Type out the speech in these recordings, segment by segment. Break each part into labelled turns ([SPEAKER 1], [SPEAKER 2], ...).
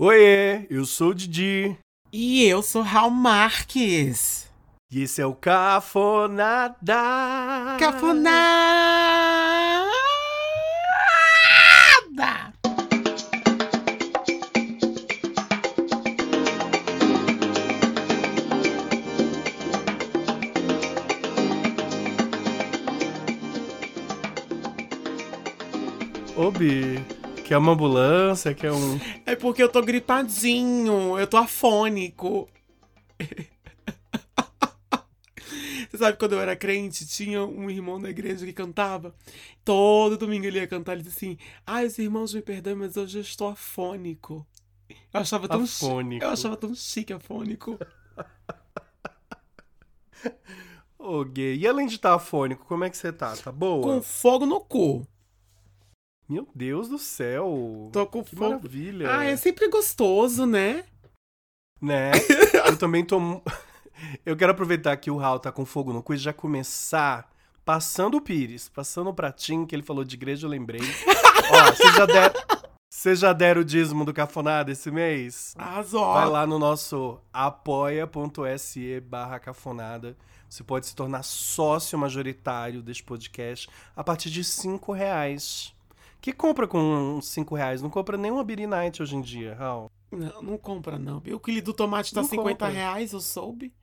[SPEAKER 1] Oiê, eu sou o Didi
[SPEAKER 2] E eu sou Raul Marques.
[SPEAKER 1] e esse é o Cafonada.
[SPEAKER 2] Cafonada!
[SPEAKER 1] Ô, Bi, quer uma ambulância, quer um...
[SPEAKER 2] É porque eu tô gripadinho, eu tô afônico. Você sabe quando eu era crente, tinha um irmão na igreja que cantava? Todo domingo ele ia cantar, ele dizia assim: Ai, os irmãos me perdoem, mas hoje eu estou afônico. Eu achava tão chi-
[SPEAKER 1] Afônico.
[SPEAKER 2] Eu achava tão chique afônico.
[SPEAKER 1] Ô, gay, e além de estar afônico, como é que você tá? Tá boa?
[SPEAKER 2] Com fogo no cu.
[SPEAKER 1] Meu Deus do céu.
[SPEAKER 2] Tô com
[SPEAKER 1] Que
[SPEAKER 2] fogo.
[SPEAKER 1] maravilha.
[SPEAKER 2] Ah, é sempre gostoso, né?
[SPEAKER 1] Né? Eu também tô... mu- Eu quero aproveitar que o Raul tá com fogo no cu e já começar passando o pires, passando o pratinho que ele falou de igreja, eu lembrei. Ó, vocês já deram... Vocês já deram o dízimo do Cafonada esse mês?
[SPEAKER 2] Arrasou.
[SPEAKER 1] Vai lá no nosso apoia.se barra cafonada. Você pode se tornar sócio majoritário deste podcast a partir de cinco reais. Que compra com cinco reais? Não compra nenhuma Beery Night hoje em dia, Raul.
[SPEAKER 2] Não, não compra, não. viu? O quilo do tomate tá
[SPEAKER 1] Não
[SPEAKER 2] 50
[SPEAKER 1] compra.
[SPEAKER 2] reais, eu soube.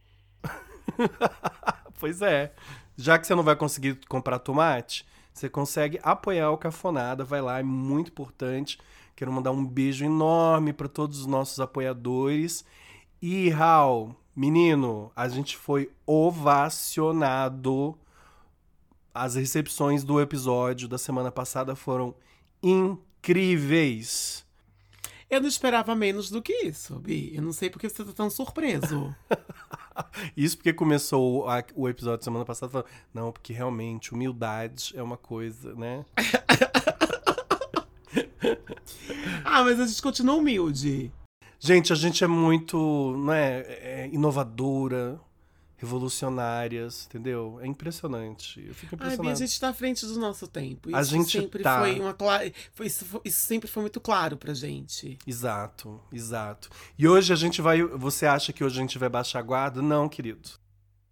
[SPEAKER 1] Pois é. Já que você não vai conseguir comprar tomate, você consegue apoiar o Cafonada. Vai lá, é muito importante. Quero mandar um beijo enorme para todos os nossos apoiadores. E, Raul, menino, a gente foi ovacionado. As recepções do episódio da semana passada foram incríveis.
[SPEAKER 2] Eu não esperava menos do que isso, Bi. Eu não sei porque você tá tão surpreso.
[SPEAKER 1] Isso porque começou o- a- o episódio semana passada falando, não, porque realmente humildade é uma coisa, né?
[SPEAKER 2] ah, mas a gente continua humilde.
[SPEAKER 1] Gente, a gente é muito, né, é, inovadora, revolucionárias, entendeu? É impressionante. Eu fico
[SPEAKER 2] Ai, Bi, a
[SPEAKER 1] impressionado.
[SPEAKER 2] gente tá à frente do nosso tempo. Isso
[SPEAKER 1] A gente
[SPEAKER 2] sempre
[SPEAKER 1] tá.
[SPEAKER 2] foi uma clara... foi- isso, foi- isso sempre foi muito claro pra gente.
[SPEAKER 1] Exato, exato. E hoje a gente vai. Você acha que hoje a gente vai baixar a guarda? Não, querido.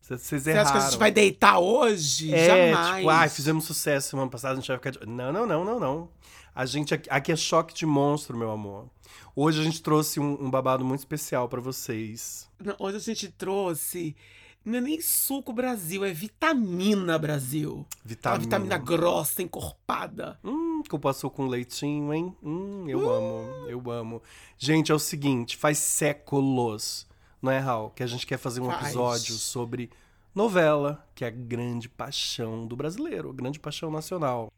[SPEAKER 1] C- Vocês
[SPEAKER 2] Você
[SPEAKER 1] erraram.
[SPEAKER 2] acha que a gente vai deitar hoje?
[SPEAKER 1] É,
[SPEAKER 2] Jamais.
[SPEAKER 1] tipo, ai, fizemos sucesso semana passada, a gente vai ficar. de- Não, não, não, não, não. A gente aqui, aqui é choque de monstro, meu amor. Hoje a gente trouxe um, um babado muito especial pra vocês.
[SPEAKER 2] Não, Hoje a gente trouxe. Não é nem suco Brasil, é vitamina Brasil. Aquela
[SPEAKER 1] Vitamina.
[SPEAKER 2] vitamina grossa, encorpada.
[SPEAKER 1] Hum, que eu passou com leitinho, hein? Hum, eu amo, eu amo. Gente, é o seguinte, faz séculos, não é, Raul? Que a gente quer fazer um
[SPEAKER 2] Faz.
[SPEAKER 1] episódio sobre novela, que é a grande paixão do brasileiro, a grande paixão nacional.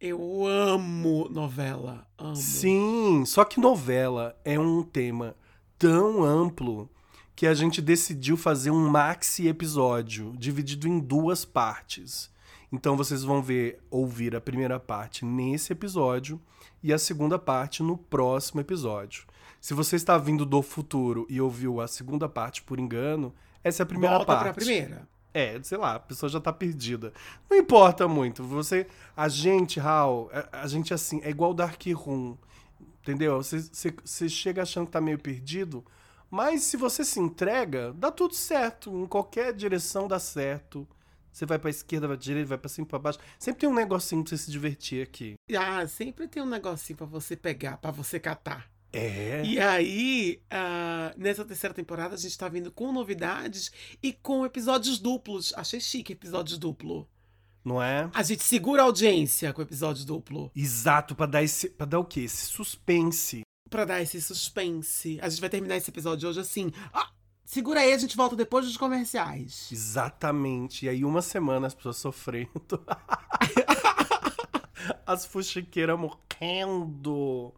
[SPEAKER 2] Eu amo novela. Amo.
[SPEAKER 1] Sim, só que novela é um tema tão amplo que a gente decidiu fazer um maxi episódio dividido em duas partes. Então vocês vão ver ouvir a primeira parte nesse episódio e a segunda parte no próximo episódio. Se você está vindo do futuro e ouviu a segunda parte por engano, essa é a primeira
[SPEAKER 2] Volta
[SPEAKER 1] parte.
[SPEAKER 2] pra primeira.
[SPEAKER 1] É, sei lá, a pessoa já tá perdida. Não importa muito. Você. A gente, Raul, a, a gente assim, é igual Dark Room. Entendeu? Você- Você você chega achando que tá meio perdido, mas se você se entrega, dá tudo certo. Em qualquer direção dá certo. Você vai pra esquerda, vai pra direita, vai pra cima, pra baixo. Sempre tem um negocinho pra você se divertir aqui.
[SPEAKER 2] Ah, sempre tem um negocinho pra você pegar, pra você catar.
[SPEAKER 1] É.
[SPEAKER 2] E aí, ah, nessa terceira temporada, a gente tá vindo com novidades e com episódios duplos. Achei chique episódio duplo.
[SPEAKER 1] Não é?
[SPEAKER 2] A gente segura a audiência com episódio duplo
[SPEAKER 1] Exato, pra dar esse. Pra dar o quê? Esse suspense.
[SPEAKER 2] Pra dar esse suspense. A gente vai terminar esse episódio hoje assim. Ah, segura aí, a gente volta depois dos comerciais.
[SPEAKER 1] Exatamente. E aí, uma semana as pessoas sofrendo. as fuxiqueiras morrendo.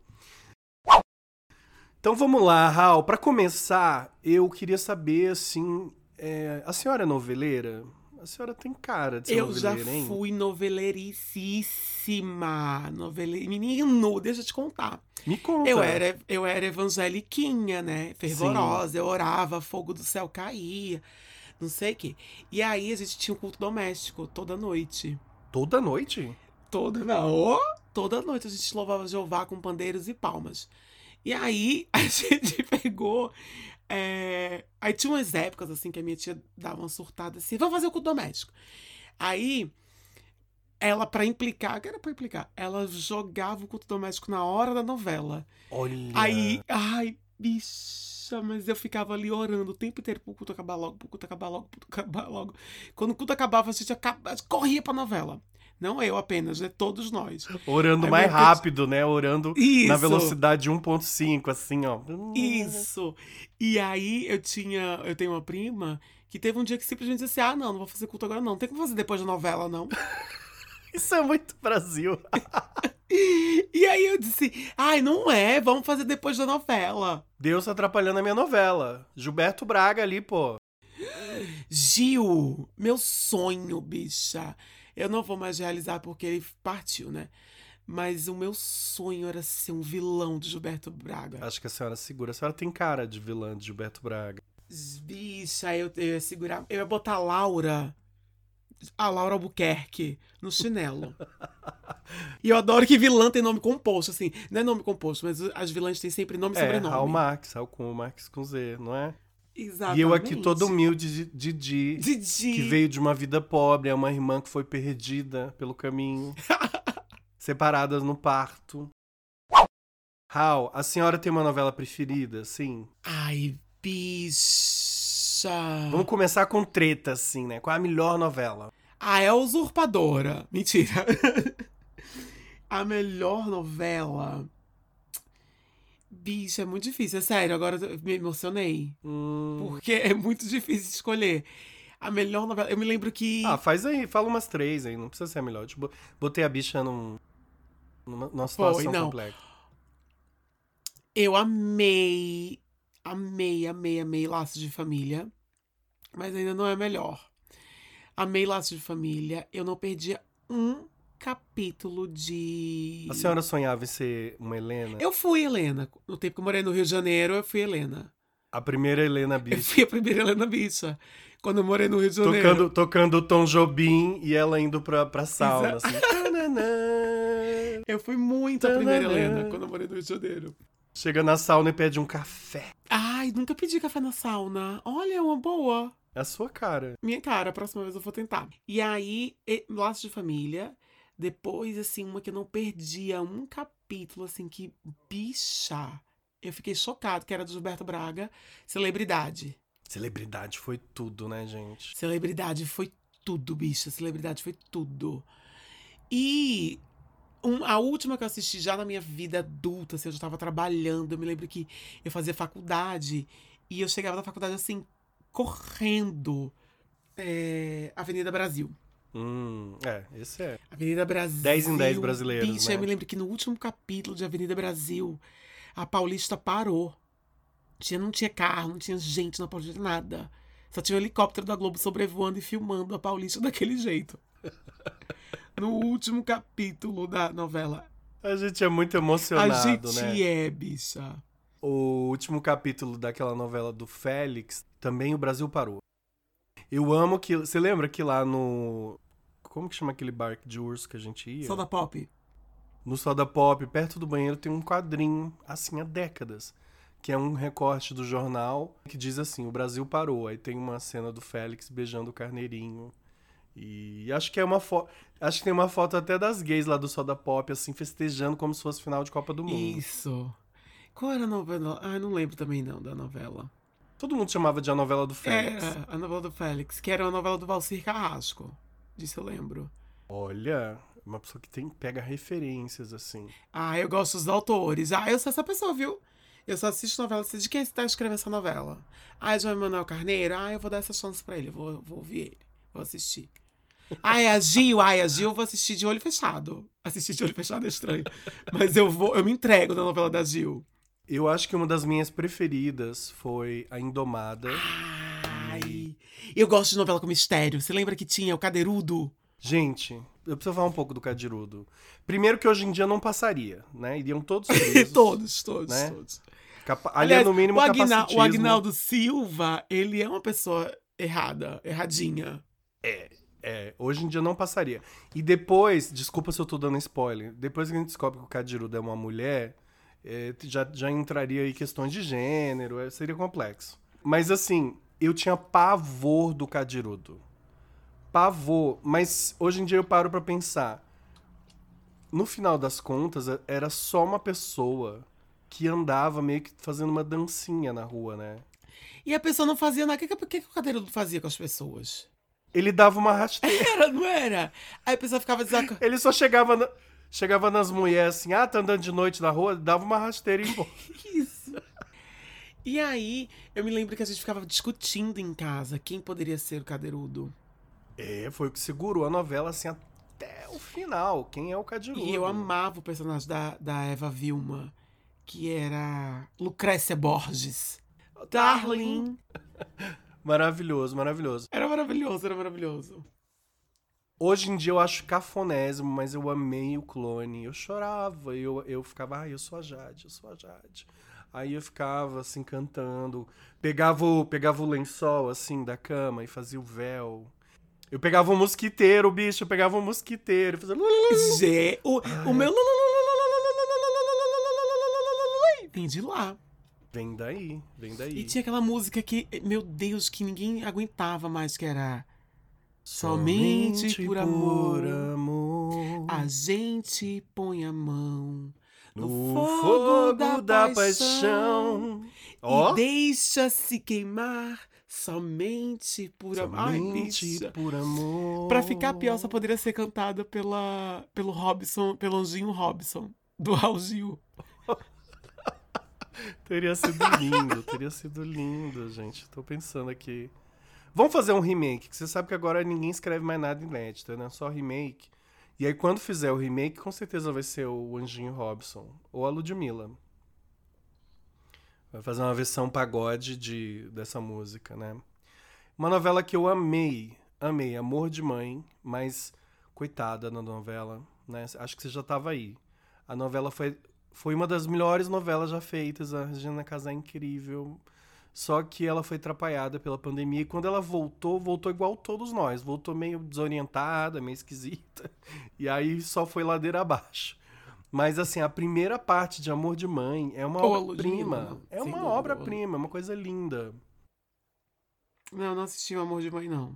[SPEAKER 1] Então vamos lá, Raul. Pra começar, eu queria saber, assim. é, a senhora é noveleira? A senhora tem cara de ser
[SPEAKER 2] Eu já
[SPEAKER 1] noveleira, hein?
[SPEAKER 2] fui novelericíssima. Novele... Menino, deixa eu te contar.
[SPEAKER 1] Me conta.
[SPEAKER 2] Eu era, eu era evangeliquinha, né? Fervorosa, eu orava, fogo do céu caía, não sei o quê. E aí a gente tinha um culto doméstico toda noite.
[SPEAKER 1] Toda noite?
[SPEAKER 2] Toda, não, ó, toda noite a gente louvava Jeová com pandeiros e palmas. E aí a gente pegou. é, Aí tinha umas épocas assim que a minha tia dava uma surtada assim: vamos fazer o culto doméstico. Aí ela, pra implicar, que era pra implicar, ela jogava o culto doméstico na hora da novela.
[SPEAKER 1] Olha.
[SPEAKER 2] Aí, ai, bicha, mas eu ficava ali orando o tempo inteiro pro culto acabar logo, pro culto acabar logo, pro culto acabar logo. Quando o culto acabava, a gente acaba- corria pra novela. Não eu apenas, é todos nós.
[SPEAKER 1] Orando
[SPEAKER 2] Aí
[SPEAKER 1] mais
[SPEAKER 2] minha tia-
[SPEAKER 1] rápido, né? Orando
[SPEAKER 2] é Isso.
[SPEAKER 1] na velocidade 1.5, assim, ó.
[SPEAKER 2] Isso. E aí eu tinha, eu tenho uma prima que teve um dia que simplesmente disse assim: "Ah, não, não vou fazer culto agora não. Tem como fazer depois da novela, não?"
[SPEAKER 1] Isso é muito Brasil.
[SPEAKER 2] E aí eu disse: "Ai, não é, vamos fazer depois da novela."
[SPEAKER 1] Deus tá atrapalhando a minha novela. Gilberto Braga ali, pô.
[SPEAKER 2] Gil, meu sonho, bicha. Eu não vou mais realizar porque ele partiu, né? Mas o meu sonho era ser um vilão de Gilberto Braga.
[SPEAKER 1] Acho que a senhora segura. A senhora tem cara de vilã de Gilberto Braga.
[SPEAKER 2] Bicha, eu, eu ia segurar. Eu ia botar a Laura. A Laura Albuquerque no chinelo. e eu adoro que vilã tem nome composto, assim. Não é nome composto, mas as vilãs têm sempre nome e
[SPEAKER 1] É,
[SPEAKER 2] Um sobrenome.
[SPEAKER 1] Raul Marx, Raul com Marx com Z, não é?
[SPEAKER 2] Exatamente.
[SPEAKER 1] E eu aqui todo humilde, de Didi,
[SPEAKER 2] Didi.
[SPEAKER 1] que veio de uma vida pobre, é uma irmã que foi perdida pelo caminho, separadas no parto. Raul, a senhora tem uma novela preferida, sim?
[SPEAKER 2] Ai, bicha.
[SPEAKER 1] Vamos começar com treta, assim, né? Qual é a melhor novela?
[SPEAKER 2] Ah, é a usurpadora. Mentira. a melhor novela. Bicho, é muito difícil. É sério, agora eu me emocionei.
[SPEAKER 1] Hum...
[SPEAKER 2] Porque é muito difícil escolher. A melhor novela. Eu me lembro que.
[SPEAKER 1] Ah, faz aí, fala umas três aí, não precisa ser a melhor. Tipo, botei a bicha num, numa, numa situação
[SPEAKER 2] não.
[SPEAKER 1] complexa.
[SPEAKER 2] Eu amei. Amei, amei, amei Laços de Família. Mas ainda não é a melhor. Amei Laços de Família. Eu não perdia um capítulo de.
[SPEAKER 1] A senhora sonhava em ser uma Helena?
[SPEAKER 2] Eu fui Helena. No tempo que eu morei no Rio de Janeiro, eu fui Helena.
[SPEAKER 1] A primeira Helena
[SPEAKER 2] Eu
[SPEAKER 1] bicha.
[SPEAKER 2] fui a primeira Helena Bicha. Quando eu morei no Rio de Janeiro.
[SPEAKER 1] Tocando, tocando o Tom Jobim e ela indo pra, pra sauna, assim. Tananã.
[SPEAKER 2] Eu fui muito a primeira
[SPEAKER 1] Tananã.
[SPEAKER 2] Helena quando eu morei no Rio de Janeiro.
[SPEAKER 1] Chega na sauna e pede um café.
[SPEAKER 2] Ai, nunca pedi café na sauna. Olha, uma boa.
[SPEAKER 1] É a sua cara.
[SPEAKER 2] Minha cara, a próxima vez eu vou tentar. E aí, e- Laços de Família. Depois, assim, uma que eu não perdia um capítulo, assim, que bicha. Eu fiquei chocado, que era do Gilberto Braga. Celebridade.
[SPEAKER 1] Celebridade foi tudo, né, gente?
[SPEAKER 2] Celebridade foi tudo, bicha. Celebridade foi tudo. E um- a última que eu assisti já na minha vida adulta, assim, eu já tava trabalhando. Eu me lembro que eu fazia faculdade e eu chegava da faculdade assim, correndo. É, Avenida Brasil.
[SPEAKER 1] Hum, é, esse é.
[SPEAKER 2] Avenida Brasil.
[SPEAKER 1] 10 em 10 brasileiros,
[SPEAKER 2] Bicha,
[SPEAKER 1] né?
[SPEAKER 2] eu me lembro que no último capítulo de Avenida Brasil, a Paulista parou. Tinha, não tinha carro, não tinha gente na Paulista, nada. Só tinha um helicóptero da Globo sobrevoando e filmando a Paulista daquele jeito. No último capítulo da novela.
[SPEAKER 1] A gente é muito
[SPEAKER 2] A
[SPEAKER 1] emocionado,
[SPEAKER 2] gente
[SPEAKER 1] né?
[SPEAKER 2] é, bicha.
[SPEAKER 1] O último capítulo daquela novela do Félix, também o Brasil parou. Eu amo que. Você lembra que lá no. Como que chama aquele bar de urso que a gente ia?
[SPEAKER 2] Só da pop.
[SPEAKER 1] No Soda Pop, perto do banheiro, tem um quadrinho, assim, há décadas, que é um recorte do jornal que diz assim: o Brasil parou. Aí tem uma cena do Félix beijando o carneirinho. E acho que é uma foto. Acho que tem uma foto até das gays lá do Soda Pop, assim, festejando como se fosse final de Copa do Mundo.
[SPEAKER 2] Isso. Qual era a novela? Ah, não lembro também não da novela.
[SPEAKER 1] Todo mundo chamava de a novela do Félix.
[SPEAKER 2] Era a novela do Félix, que era uma novela do Valcir Carrasco. Disso eu lembro.
[SPEAKER 1] Olha, uma pessoa que tem, pega referências, assim.
[SPEAKER 2] Ah, eu gosto dos autores. Ah, eu sou essa pessoa, viu? Eu só assisto novela. assim, De quem você tá escrevendo essa novela? Ah, é de Manuel Carneiro? Ah, eu vou dar essa chance pra ele. Vou, vou ouvir ele. Vou assistir. Ah, é a Gil? Ah, é a Gil. eu Vou assistir de olho fechado. Assistir de olho fechado é estranho. Mas eu vou, eu me entrego na novela da Gil.
[SPEAKER 1] Eu acho que uma das minhas preferidas foi A Indomada.
[SPEAKER 2] Ai. Eu gosto de novela com mistério. Você lembra que tinha o Cadeirudo?
[SPEAKER 1] Gente, eu preciso falar um pouco do Cadirudo. Primeiro que hoje em dia não passaria, né? Iriam todos presos.
[SPEAKER 2] todos, todos,
[SPEAKER 1] Né?
[SPEAKER 2] todos.
[SPEAKER 1] Capa- Ali é no mínimo
[SPEAKER 2] o, Agna-
[SPEAKER 1] capacitismo.
[SPEAKER 2] o Agnaldo Silva, ele é uma pessoa errada, erradinha.
[SPEAKER 1] É, hoje em dia não passaria. E depois, desculpa se eu tô dando spoiler, depois que a gente descobre que o Cadirudo é uma mulher, É, já, já entraria aí questões de gênero, é, seria complexo. Mas assim, eu tinha pavor do Cadirudo. Pavor. Mas hoje em dia eu paro pra pensar. No final das contas, é, era só uma pessoa que andava meio que fazendo uma dancinha na rua, né?
[SPEAKER 2] E a pessoa não fazia nada. O que, que, que o Cadirudo fazia com as pessoas?
[SPEAKER 1] Ele dava uma rasteira.
[SPEAKER 2] Era, não era? Aí a pessoa ficava desac...
[SPEAKER 1] Ele só chegava, na- chegava nas mulheres assim, ah, tá andando de noite na rua, dava uma rasteira e ia embora.
[SPEAKER 2] Isso. E aí, eu me lembro que a gente ficava discutindo em casa quem poderia ser o cadeirudo.
[SPEAKER 1] É, foi o que segurou a novela assim até o final. Quem é o Cadirudo?
[SPEAKER 2] E eu amava o personagem da, da Eva Vilma, que era Lucrécia Borges. Darling!
[SPEAKER 1] Maravilhoso, maravilhoso.
[SPEAKER 2] Era maravilhoso, era maravilhoso.
[SPEAKER 1] Hoje em dia eu acho cafonésimo, mas eu amei o clone. Eu chorava, eu, eu ficava, ai, eu sou a Jade, eu sou a Jade. Aí eu ficava assim, cantando. Pegava o, pegava o lençol, assim, da cama e fazia o véu. Eu pegava o mosquiteiro, bicho, eu pegava o mosquiteiro. e Fazia...
[SPEAKER 2] Gê, o, o meu. lulululululululululululululululululululululululululululululululululululululululululululululululululululululululululululul.
[SPEAKER 1] Vem daí, vem daí.
[SPEAKER 2] E tinha aquela música que, meu Deus, que ninguém aguentava mais, que era Somente por amor. Ah,
[SPEAKER 1] amor.
[SPEAKER 2] A gente põe a mão
[SPEAKER 1] No fogo da, paixão. Ó,
[SPEAKER 2] E deixa-se queimar somente por amor. Ai,
[SPEAKER 1] somente
[SPEAKER 2] bicha.
[SPEAKER 1] por amor.
[SPEAKER 2] Pra ficar pior, só poderia ser cantada pela, pelo Robson, pelo anjinho Robson, do Raul Gil.
[SPEAKER 1] Teria sido lindo, teria sido lindo, gente. Tô pensando aqui. Vamos fazer um remake, que você sabe que agora ninguém escreve mais nada inédito, né? Só remake. E aí, quando fizer o remake, com certeza vai ser o Anjinho Robson ou a Ludmilla. Vai fazer uma versão pagode de, dessa música, né? Uma novela que eu amei, amei, Amor de Mãe, mas coitada na novela, né? Acho que você já tava aí. A novela foi, foi uma das melhores novelas já feitas, a Regina Casé é incrível. Só que ela foi atrapalhada pela pandemia e quando ela voltou, voltou igual todos nós, voltou meio desorientada, meio esquisita. E aí só foi ladeira abaixo. Mas assim, a primeira parte de Amor de Mãe é uma
[SPEAKER 2] Ou a
[SPEAKER 1] obra-prima.
[SPEAKER 2] Ludmilla,
[SPEAKER 1] É
[SPEAKER 2] sem
[SPEAKER 1] uma
[SPEAKER 2] dúvida,
[SPEAKER 1] obra-prima, é uma coisa linda.
[SPEAKER 2] Não, não assisti o Amor de Mãe, não.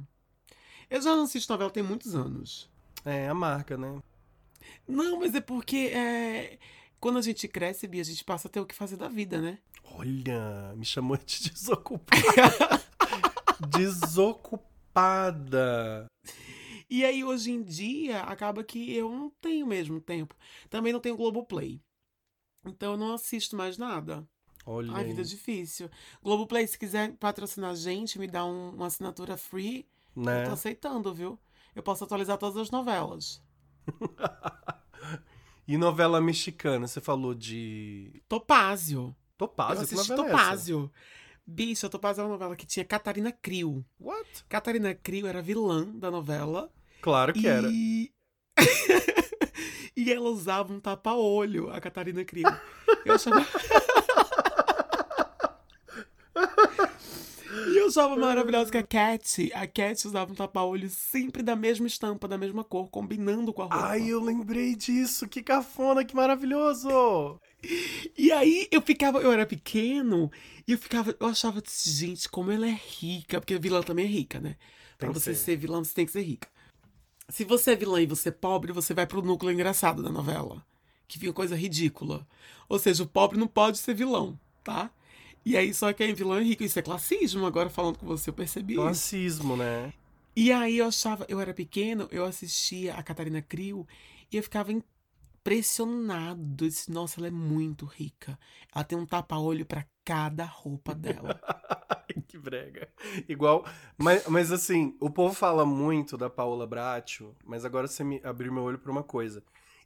[SPEAKER 2] Eu já não assisto novela tem muitos anos.
[SPEAKER 1] É, a marca, né?
[SPEAKER 2] Não, mas é porque é, quando a gente cresce, Bia, a gente passa a ter o que fazer da vida, né?
[SPEAKER 1] Olha, me chamou de desocupada. desocupada.
[SPEAKER 2] E aí, hoje em dia, acaba que eu não tenho mesmo tempo. Também não tenho Globoplay. Então, eu não assisto mais nada.
[SPEAKER 1] Olha.
[SPEAKER 2] Ai,
[SPEAKER 1] aí.
[SPEAKER 2] vida difícil. Globoplay, se quiser patrocinar a gente, me dá um- uma assinatura free, eu tô
[SPEAKER 1] né?
[SPEAKER 2] aceitando, viu? Eu posso atualizar todas as novelas.
[SPEAKER 1] E novela mexicana, você falou de.
[SPEAKER 2] Topázio. eu
[SPEAKER 1] Topázio, que
[SPEAKER 2] assisti
[SPEAKER 1] novela é essa?
[SPEAKER 2] Topázio. Bicha, Topázio é uma novela que tinha Catarina Krill.
[SPEAKER 1] What?
[SPEAKER 2] Catarina Krill era vilã da novela.
[SPEAKER 1] Claro que era.
[SPEAKER 2] E... e ela usava um tapa-olho, a Catarina Krill. Eu achava... e eu achava maravilhosa que a Cat, a Cat usava um tapa-olho sempre da mesma estampa, da mesma cor, combinando com a roupa.
[SPEAKER 1] Ai, eu lembrei disso. Que cafona, que maravilhoso.
[SPEAKER 2] E aí eu ficava, eu era pequeno, e eu ficava, eu achava, gente, como ela é rica, porque vilã também é rica, né? Pra
[SPEAKER 1] Tem que
[SPEAKER 2] você
[SPEAKER 1] ser.
[SPEAKER 2] ser vilã, você tem que ser rica. Se você é vilã e você é pobre, você vai pro núcleo engraçado da novela, que fica coisa ridícula. Ou seja, o pobre não pode ser vilão, tá? E aí só que é vilã é rico, isso é classismo, agora falando com você, eu percebi isso.
[SPEAKER 1] Classismo, É um né?
[SPEAKER 2] E aí eu achava, eu era pequeno, eu assistia a Catarina Krill e eu ficava impressionado. Eu disse, nossa, ela é muito rica. Ela tem um tapa-olho pra cada roupa dela.
[SPEAKER 1] Ai, que brega. Igual. Mas, mas assim, o povo fala muito da Paola Bracho, mas agora você me abriu meu olho pra uma coisa.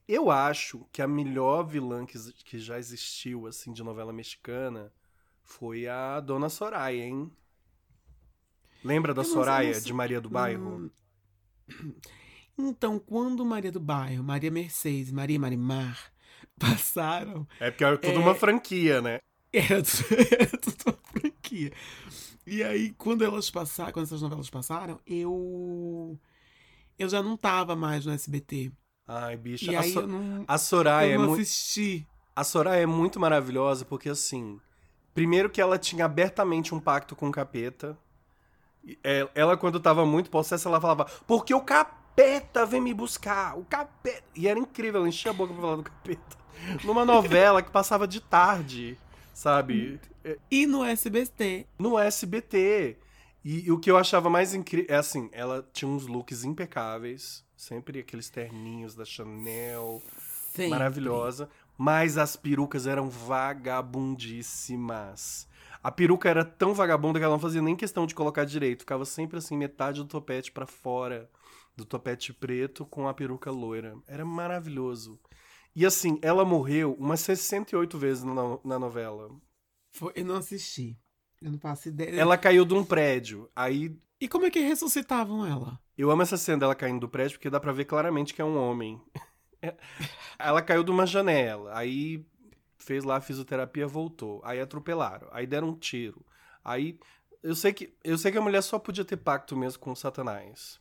[SPEAKER 1] Eu acho que a melhor vilã que, ex- que já existiu, assim, de novela mexicana foi a Dona Soraya, hein? Lembra da
[SPEAKER 2] Eu não- eu não
[SPEAKER 1] Soraya,
[SPEAKER 2] sei-
[SPEAKER 1] de Maria do Bairro?
[SPEAKER 2] Hum. Então, quando Maria do Bairro, Maria Mercedes, Maria Marimar passaram,
[SPEAKER 1] É porque era toda
[SPEAKER 2] É.
[SPEAKER 1] uma franquia, né?
[SPEAKER 2] era tudo, era tudo uma franquia. E aí, quando elas passaram, quando essas novelas passaram, eu. Eu já não tava mais no SBT.
[SPEAKER 1] Ai, bicha.
[SPEAKER 2] E
[SPEAKER 1] a,
[SPEAKER 2] aí
[SPEAKER 1] So-
[SPEAKER 2] eu não.
[SPEAKER 1] a Soraya é
[SPEAKER 2] eu não
[SPEAKER 1] muito.
[SPEAKER 2] assisti.
[SPEAKER 1] A Soraya é muito maravilhosa porque, assim, primeiro que ela tinha abertamente um pacto com o capeta. E é- Ela, quando tava muito possessa, ela falava, porque o capeta vem me buscar, o capeta. E era incrível, ela enchia a boca pra falar do capeta. Numa novela que passava de tarde, sabe?
[SPEAKER 2] E no SBT.
[SPEAKER 1] no SBT. E, e o que eu achava mais incrível é assim, ela tinha uns looks impecáveis, sempre aqueles terninhos da Chanel,
[SPEAKER 2] Sempre.
[SPEAKER 1] maravilhosa, mas as perucas eram vagabundíssimas. A peruca era tão vagabunda que ela não fazia nem questão de colocar direito, ficava sempre assim metade do topete pra fora, do topete preto com a peruca loira. Era maravilhoso. E assim, ela morreu umas 68 vezes na- na novela.
[SPEAKER 2] Foi- eu não assisti. Eu não faço ideia.
[SPEAKER 1] Ela caiu de um prédio, aí
[SPEAKER 2] E como é que ressuscitavam ela?
[SPEAKER 1] Eu amo essa cena dela caindo do prédio porque dá pra ver claramente que é um homem. Ela caiu de uma janela, aí fez lá a fisioterapia, voltou. Aí atropelaram, aí deram um tiro. Aí eu sei que eu sei que a mulher só podia ter pacto mesmo com o Satanás.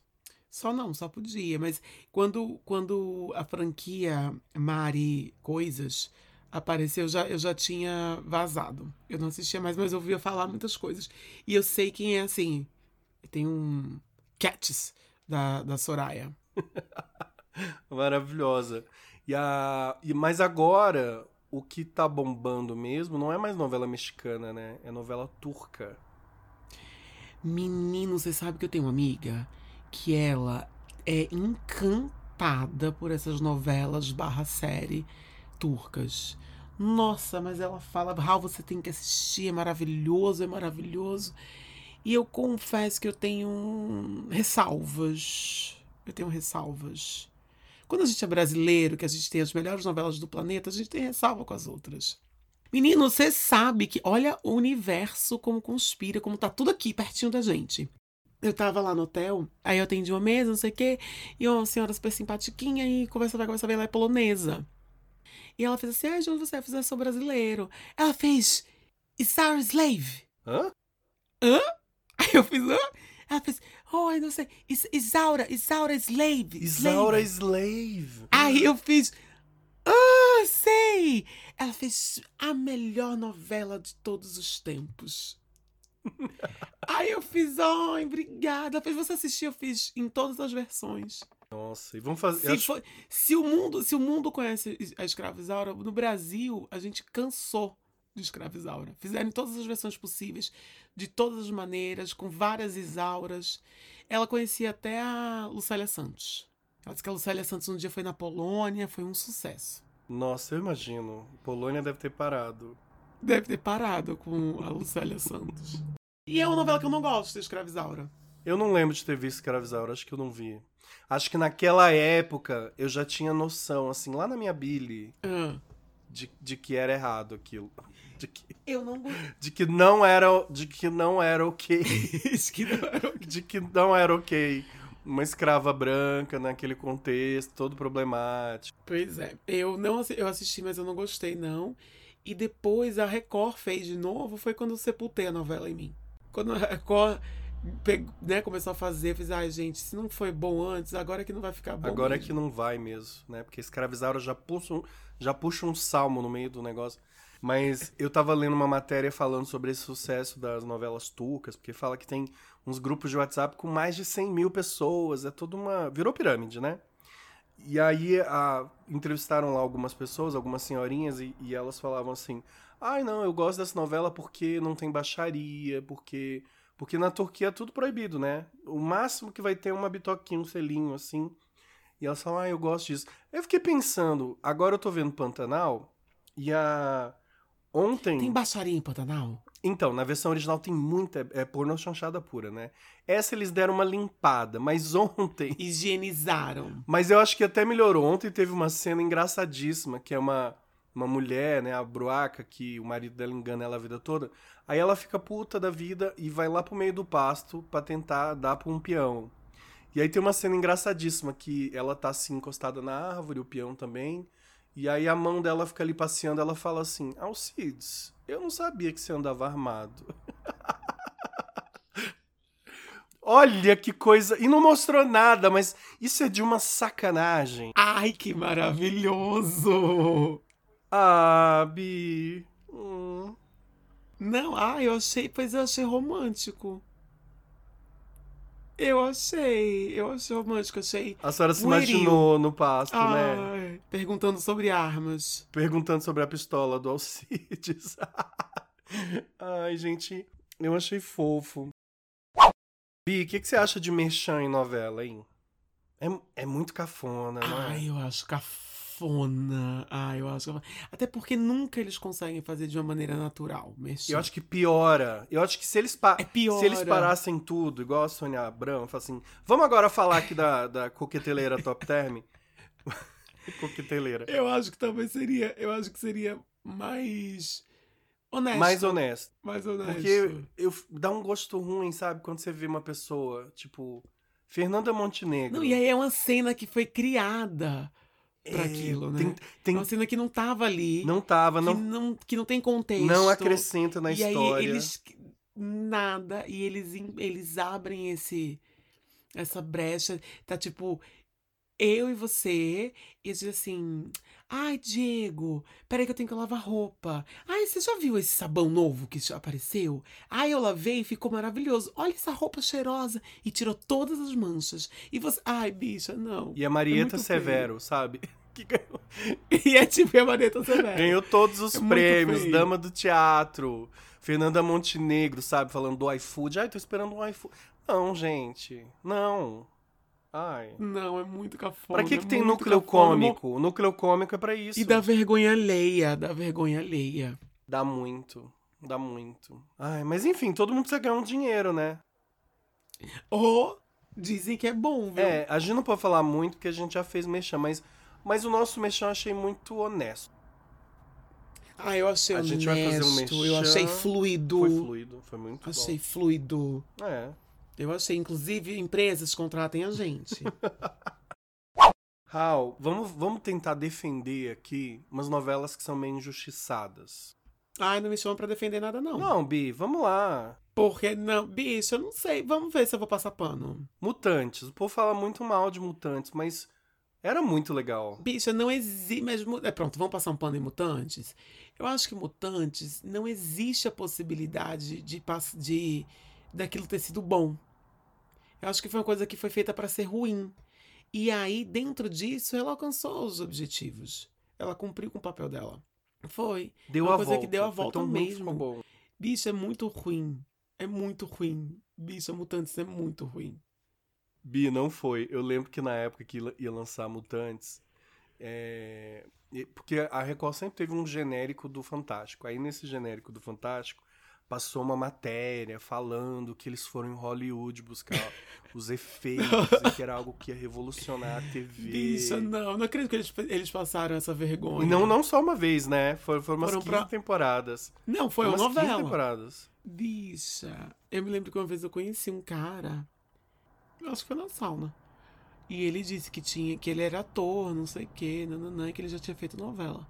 [SPEAKER 2] Só não, só podia. Mas quando, quando a franquia Mari Coisas apareceu, eu já, eu já tinha vazado. Eu não assistia mais, mas eu ouvia falar muitas coisas. E eu sei quem é assim. Tem um Cats da, da Soraya.
[SPEAKER 1] Maravilhosa. E a e mas agora o que tá bombando mesmo não é mais novela mexicana, né? É novela turca.
[SPEAKER 2] Menino, você sabe que eu tenho uma amiga que ela é encantada por essas novelas barra série turcas. Nossa, mas ela fala, Raul, você tem que assistir, é maravilhoso, é maravilhoso. E eu confesso que eu tenho ressalvas. Eu tenho ressalvas. Quando a gente é brasileiro, que a gente tem as melhores novelas do planeta, a gente tem ressalva com as outras. Menino, você sabe que olha o universo como conspira, como tá tudo aqui pertinho da gente. Eu tava lá no hotel, aí eu atendi uma mesa, não sei o quê, e uma senhora super simpatiquinha, e conversa vai, conversa vem, ela é polonesa. E ela fez assim, ah, de onde você é? Eu fiz, eu sou brasileiro. Ela fez, it's our slave.
[SPEAKER 1] Hã?
[SPEAKER 2] Aí eu fiz, hã? Ela fez, oh, eu não sei, it's Isaura, Isaura slave.
[SPEAKER 1] Isaura
[SPEAKER 2] slave."
[SPEAKER 1] Slave.
[SPEAKER 2] Aí eu fiz. Ah, sei! Ela fez a melhor novela de todos os tempos. Aí eu fiz, ai, obrigada. Ela fez, você assistir, eu fiz em todas as versões.
[SPEAKER 1] Nossa, e vamos fazer
[SPEAKER 2] Se, foi- se o mundo, se o mundo conhece a escravizaura, no Brasil a gente cansou de escravizaura. Fizeram em todas as versões possíveis, de todas as maneiras, com várias Isauras. Ela conhecia até a Lucélia Santos. Ela disse que a Lucélia Santos um dia foi na Polônia, foi um sucesso.
[SPEAKER 1] Nossa, eu imagino. Polônia deve ter parado.
[SPEAKER 2] Deve ter parado com a Lucélia Santos. E é uma novela que eu não gosto, Escravizaura.
[SPEAKER 1] Eu não lembro de ter visto Escravizaura, acho que eu não vi. Acho que naquela época eu já tinha noção, assim, lá na minha bile,
[SPEAKER 2] Ah,
[SPEAKER 1] de, de que era errado aquilo. De que,
[SPEAKER 2] eu não gosto.
[SPEAKER 1] de que não era. o- De que não era ok.
[SPEAKER 2] que não era o
[SPEAKER 1] De que não era ok. Uma escrava branca naquele contexto, todo problemático.
[SPEAKER 2] Pois é, eu não assi- eu assisti, mas eu não gostei não. E depois a Record fez de novo, foi quando eu sepultei a novela em mim. Quando a Record pe- né, começou a fazer, eu fiz, ai gente, se não foi bom antes, agora que não vai ficar bom.
[SPEAKER 1] Agora é
[SPEAKER 2] mesmo."
[SPEAKER 1] que não vai mesmo, né? Porque Escravizaura já puxa, um, já puxa um salmo no meio do negócio. Mas eu tava lendo uma matéria falando sobre esse sucesso das novelas turcas, porque fala que tem uns grupos de WhatsApp com mais de 100 mil pessoas. É toda uma. Virou pirâmide, né? E aí a- entrevistaram lá algumas pessoas, algumas senhorinhas, e, e elas falavam assim: ai não, eu gosto dessa novela porque não tem baixaria, porque. Porque na Turquia é tudo proibido, né? O máximo que vai ter é uma bitoquinha, um selinho, assim. E elas falam, ah, eu gosto disso. Eu fiquei pensando, agora eu tô vendo Pantanal, e a. Ontem.
[SPEAKER 2] Tem baixaria em Pantanal?
[SPEAKER 1] Então, na versão original tem muita. É pornô chanchada pura, né? Essa eles deram uma limpada, mas ontem.
[SPEAKER 2] Higienizaram.
[SPEAKER 1] Mas eu acho que até melhorou. Ontem teve uma cena engraçadíssima, que é uma, uma mulher, né, a bruaca, que o marido dela engana ela a vida toda. Aí ela fica puta da vida e vai lá pro meio do pasto pra tentar dar pra um peão. E aí tem uma cena engraçadíssima, que ela tá assim encostada na árvore, o peão também. E aí a mão dela fica ali passeando, ela fala assim, Alcides, eu não sabia que você andava armado. Olha que coisa. E não mostrou nada, mas isso é de uma sacanagem.
[SPEAKER 2] Ai, que maravilhoso!
[SPEAKER 1] Ah, Bi. Hum.
[SPEAKER 2] Não, ah, eu achei. Pois eu achei romântico. Eu achei. Eu achei romântico, achei.
[SPEAKER 1] A senhora se
[SPEAKER 2] Guirinho.
[SPEAKER 1] imaginou no pasto, né?
[SPEAKER 2] Ai, Perguntando sobre armas.
[SPEAKER 1] Perguntando sobre a pistola do Alcides. Ai, gente, eu achei fofo. Bi, o que, que você acha de merchan em novela, hein? É, é muito cafona, né?
[SPEAKER 2] Ai, eu acho cafona. Ai, eu acho cafona. Até porque nunca eles conseguem fazer de uma maneira natural. Mexer.
[SPEAKER 1] Eu acho que piora. Eu acho que se eles, pa-
[SPEAKER 2] É pior.
[SPEAKER 1] se eles parassem tudo, igual a Sônia Abrão, fala assim: vamos agora falar aqui da, da coqueteleira top term? coqueteleira.
[SPEAKER 2] Eu acho que talvez seria. Eu acho que seria mais. Honesto.
[SPEAKER 1] Mais honesto.
[SPEAKER 2] mais honesto.
[SPEAKER 1] Porque eu, dá um gosto ruim, sabe? Quando você vê uma pessoa, tipo, Fernanda Montenegro.
[SPEAKER 2] Não, e aí é uma cena que foi criada pra
[SPEAKER 1] É,
[SPEAKER 2] aquilo, né?
[SPEAKER 1] tem- tem-
[SPEAKER 2] É uma cena que não tava ali.
[SPEAKER 1] não tava,
[SPEAKER 2] que,
[SPEAKER 1] não,
[SPEAKER 2] não... que não tem contexto.
[SPEAKER 1] não acrescenta na
[SPEAKER 2] e
[SPEAKER 1] história.
[SPEAKER 2] aí eles nada e eles em- eles abrem esse essa brecha tá tipo eu e você e eles dizem assim ai Diego peraí que eu tenho que lavar roupa ai você já viu esse sabão novo que já apareceu ai eu lavei e ficou maravilhoso olha essa roupa cheirosa e tirou todas as manchas e você ai bicha não
[SPEAKER 1] E a Marieta
[SPEAKER 2] É muito
[SPEAKER 1] Severo, sabe? Que ganhou,
[SPEAKER 2] e é tipo a Marieta Severo
[SPEAKER 1] ganhou todos os
[SPEAKER 2] É muito
[SPEAKER 1] prêmios,
[SPEAKER 2] feio.
[SPEAKER 1] Dama do Teatro, Fernanda Montenegro, sabe? Falando do iFood. Ai, tô esperando um iFood. Não, gente. Não. Ai.
[SPEAKER 2] não é muito cafona
[SPEAKER 1] Pra que,
[SPEAKER 2] é
[SPEAKER 1] que tem
[SPEAKER 2] muito
[SPEAKER 1] núcleo
[SPEAKER 2] cafona,
[SPEAKER 1] cômico? O núcleo cômico é pra isso.
[SPEAKER 2] E da vergonha alheia, da vergonha alheia.
[SPEAKER 1] Dá muito. Dá muito. Ai, mas enfim, todo mundo precisa ganhar um dinheiro, né?
[SPEAKER 2] Ou dizem que é bom, viu?
[SPEAKER 1] É, a gente não pode falar muito porque a gente já fez mexer, mas, mas o nosso mexer eu achei muito honesto.
[SPEAKER 2] Ah, eu achei
[SPEAKER 1] A
[SPEAKER 2] honesto,
[SPEAKER 1] gente vai fazer um
[SPEAKER 2] eu
[SPEAKER 1] merchan.
[SPEAKER 2] achei fluido.
[SPEAKER 1] Foi fluido, foi muito
[SPEAKER 2] Achei fluido.
[SPEAKER 1] bom. É.
[SPEAKER 2] Eu achei, inclusive, empresas contratem a gente.
[SPEAKER 1] Raul, vamos, vamos tentar defender aqui umas novelas que são meio injustiçadas.
[SPEAKER 2] Ai, não me chama pra defender nada, não.
[SPEAKER 1] Não, Bi, vamos lá.
[SPEAKER 2] Porque não, bicho, eu não sei. Vamos ver se eu vou passar pano.
[SPEAKER 1] Mutantes. O povo fala muito mal de Mutantes, mas era muito legal.
[SPEAKER 2] Bicha, não existe. Mas. mu- É, pronto, vamos passar um pano em mutantes? Eu acho que mutantes não existe a possibilidade de, pass- de daquilo ter sido bom. Eu acho que foi uma coisa que foi feita para ser ruim. E aí, dentro disso, ela alcançou os objetivos. Ela cumpriu com o papel dela. Foi.
[SPEAKER 1] Deu
[SPEAKER 2] Uma
[SPEAKER 1] a
[SPEAKER 2] coisa
[SPEAKER 1] volta.
[SPEAKER 2] que deu a
[SPEAKER 1] Foi
[SPEAKER 2] volta
[SPEAKER 1] tão ruim que
[SPEAKER 2] mesmo.
[SPEAKER 1] ficou bom.
[SPEAKER 2] Bicha, é muito ruim. É muito ruim. Bicha, mutantes é muito ruim.
[SPEAKER 1] Bi, não foi. Eu lembro que na época que ia lançar Mutantes, é, e- porque a Record sempre teve um genérico do Fantástico. Aí nesse genérico do Fantástico passou uma matéria falando que eles foram em Hollywood buscar os efeitos e que era algo que ia revolucionar a TV.
[SPEAKER 2] Bicha, não. Não acredito que eles, eles passaram essa vergonha.
[SPEAKER 1] E não, não só uma vez, né? Foram, foram umas
[SPEAKER 2] Foram
[SPEAKER 1] 15
[SPEAKER 2] pra- é
[SPEAKER 1] temporadas.
[SPEAKER 2] Não, foi uma
[SPEAKER 1] umas 15
[SPEAKER 2] novela.
[SPEAKER 1] temporadas.
[SPEAKER 2] Bicha, eu me lembro que uma vez eu conheci um cara, eu acho que foi na sauna. E ele disse que tinha, que ele era ator, não sei o quê, nananã, e que ele já tinha feito novela.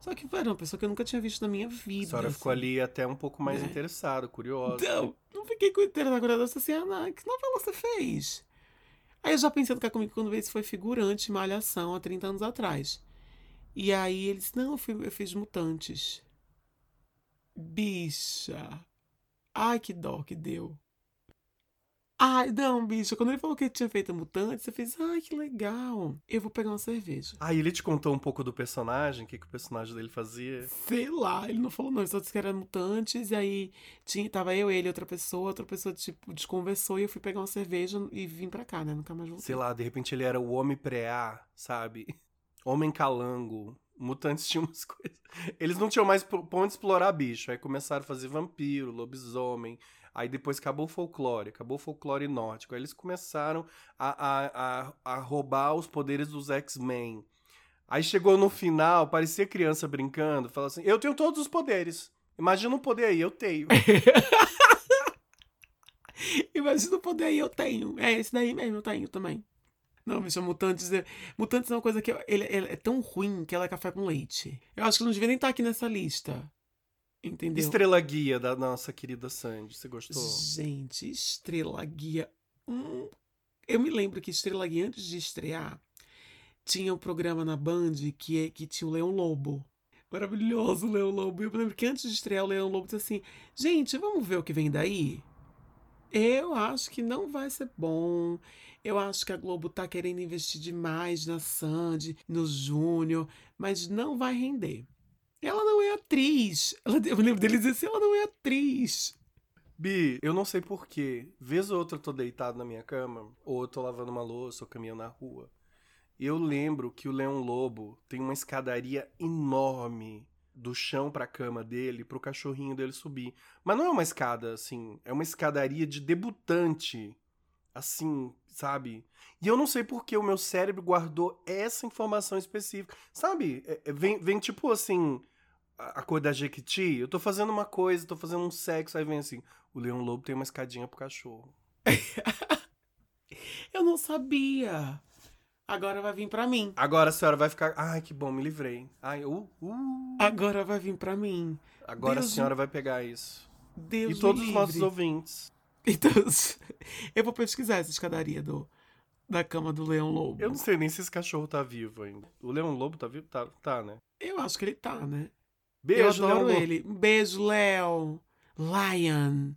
[SPEAKER 2] Só que era uma pessoa que eu nunca tinha visto na minha
[SPEAKER 1] A
[SPEAKER 2] vida.
[SPEAKER 1] senhora ficou
[SPEAKER 2] assim.
[SPEAKER 1] ali até um pouco mais
[SPEAKER 2] Né?
[SPEAKER 1] interessada, curiosa.
[SPEAKER 2] Então, não fiquei com inteira na curiosidade, eu disse assim, ah, que novela você fez? Aí eu já pensei no que comigo quando veio, isso foi figurante, Malhação, há 30 anos atrás. E aí ele disse, não, eu, fui- eu fiz Mutantes. Bicha. Ai, que dó que deu. Ai, não, bicha, quando ele falou que ele tinha feito Mutantes, eu fiz, ai, que legal, eu vou pegar uma cerveja.
[SPEAKER 1] Ah, e ele te contou um pouco do personagem, o que, que o personagem dele fazia.
[SPEAKER 2] Sei lá, ele não falou não, ele só disse que era mutantes, e aí tinha, tava eu, ele, outra pessoa, outra pessoa, tipo, desconversou, e eu fui pegar uma cerveja e vim pra cá, né? Nunca mais voltei.
[SPEAKER 1] Sei lá, de repente ele era o homem pré-A, sabe? Homem calango. Mutantes tinham umas coisas. Eles não tinham mais pra onde explorar bicho. Aí começaram a fazer vampiro, lobisomem. Aí depois acabou o folclore, acabou o folclore nórdico. Aí eles começaram a, a, a, a roubar os poderes dos X-Men. Aí chegou no final, parecia criança brincando, falou assim: Eu tenho todos os poderes. Imagina um poder aí, eu tenho.
[SPEAKER 2] Imagina o poder aí, eu tenho. É esse daí mesmo, eu tenho também. Não, bicha, mutantes é... Mutantes é uma coisa que eu- ele, ele é tão ruim que ela é café com leite. Eu acho que não devia nem estar aqui nessa lista. Entendeu?
[SPEAKER 1] Estrela guia da nossa querida Sandy. Você gostou?
[SPEAKER 2] Gente, Estrela Guia. Hum, eu me lembro que Estrela Guia, antes de estrear, tinha um programa na Band que, é- que tinha o Leão Lobo. Maravilhoso, Leão Lobo. Eu lembro que antes de estrear o Leão Lobo disse assim: gente, vamos ver o que vem daí? Eu acho que não vai ser bom. Eu acho que a Globo tá querendo investir demais na Sandy, no Júnior, mas não vai render. Ela não é atriz. Ela, eu lembro dele dizer assim: ela não é atriz.
[SPEAKER 1] Bi, eu não sei porquê. Vez ou outra eu tô deitado na minha cama, ou eu tô lavando uma louça, ou caminhando na rua. E eu lembro que o Leão Lobo tem uma escadaria enorme do chão pra cama dele, pro cachorrinho dele subir. Mas não é uma escada, assim, é uma escadaria de debutante. Assim, sabe? E eu não sei porque o meu cérebro guardou essa informação específica. Sabe? É- é- vem, vem tipo assim. A a cor da Jequiti, eu tô fazendo uma coisa, tô fazendo um sexo, aí vem assim, o Leão Lobo tem uma escadinha pro cachorro.
[SPEAKER 2] Eu não sabia. Agora vai vir pra mim.
[SPEAKER 1] Agora a senhora vai ficar, ai, que bom, me livrei. Ai, uh, uh.
[SPEAKER 2] Agora vai vir pra mim.
[SPEAKER 1] Agora
[SPEAKER 2] É, Deus
[SPEAKER 1] a senhora vai pegar isso.
[SPEAKER 2] Deus
[SPEAKER 1] e
[SPEAKER 2] me
[SPEAKER 1] todos os
[SPEAKER 2] livre.
[SPEAKER 1] nossos ouvintes.
[SPEAKER 2] Então, eu vou pesquisar essa escadaria do, da cama do Leão Lobo.
[SPEAKER 1] Eu não sei nem se esse cachorro tá vivo ainda. O Leão Lobo tá vivo? Tá, tá né?
[SPEAKER 2] Eu acho que ele tá, né?
[SPEAKER 1] Beijo,
[SPEAKER 2] eu
[SPEAKER 1] Leão
[SPEAKER 2] adoro
[SPEAKER 1] Lobo.
[SPEAKER 2] ele. Um beijo, Léo. Lion.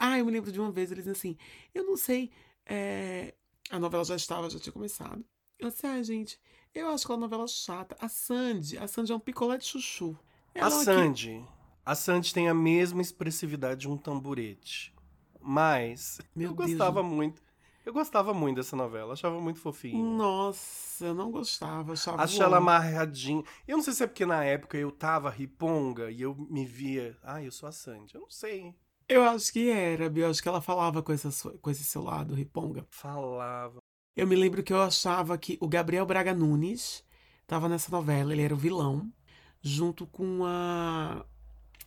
[SPEAKER 2] Ah, eu me lembro de uma vez, eles assim, eu não sei, é, a novela já estava, já tinha começado. Eu disse, ai, gente, eu acho que é uma novela chata. A Sandy, a Sandy é um picolé de chuchu.
[SPEAKER 1] A
[SPEAKER 2] Ela aqui-
[SPEAKER 1] Sandy. A Sandy tem a mesma expressividade de um tamborete. Mas
[SPEAKER 2] Meu
[SPEAKER 1] eu
[SPEAKER 2] Deus.
[SPEAKER 1] gostava muito. Eu gostava muito dessa novela, achava muito fofinha.
[SPEAKER 2] Nossa, eu não gostava, achava
[SPEAKER 1] Achei
[SPEAKER 2] o
[SPEAKER 1] ela
[SPEAKER 2] homem.
[SPEAKER 1] amarradinha. Eu não sei se é porque na época eu tava riponga e eu me via. Ah, eu sou a Sandy. Eu não sei.
[SPEAKER 2] Eu acho que era, Bia. Eu acho que ela falava com, essa, sua- com esse seu lado, riponga.
[SPEAKER 1] Falava.
[SPEAKER 2] Eu me lembro que eu achava que o Gabriel Braga Nunes tava nessa novela, ele era o vilão, junto com a.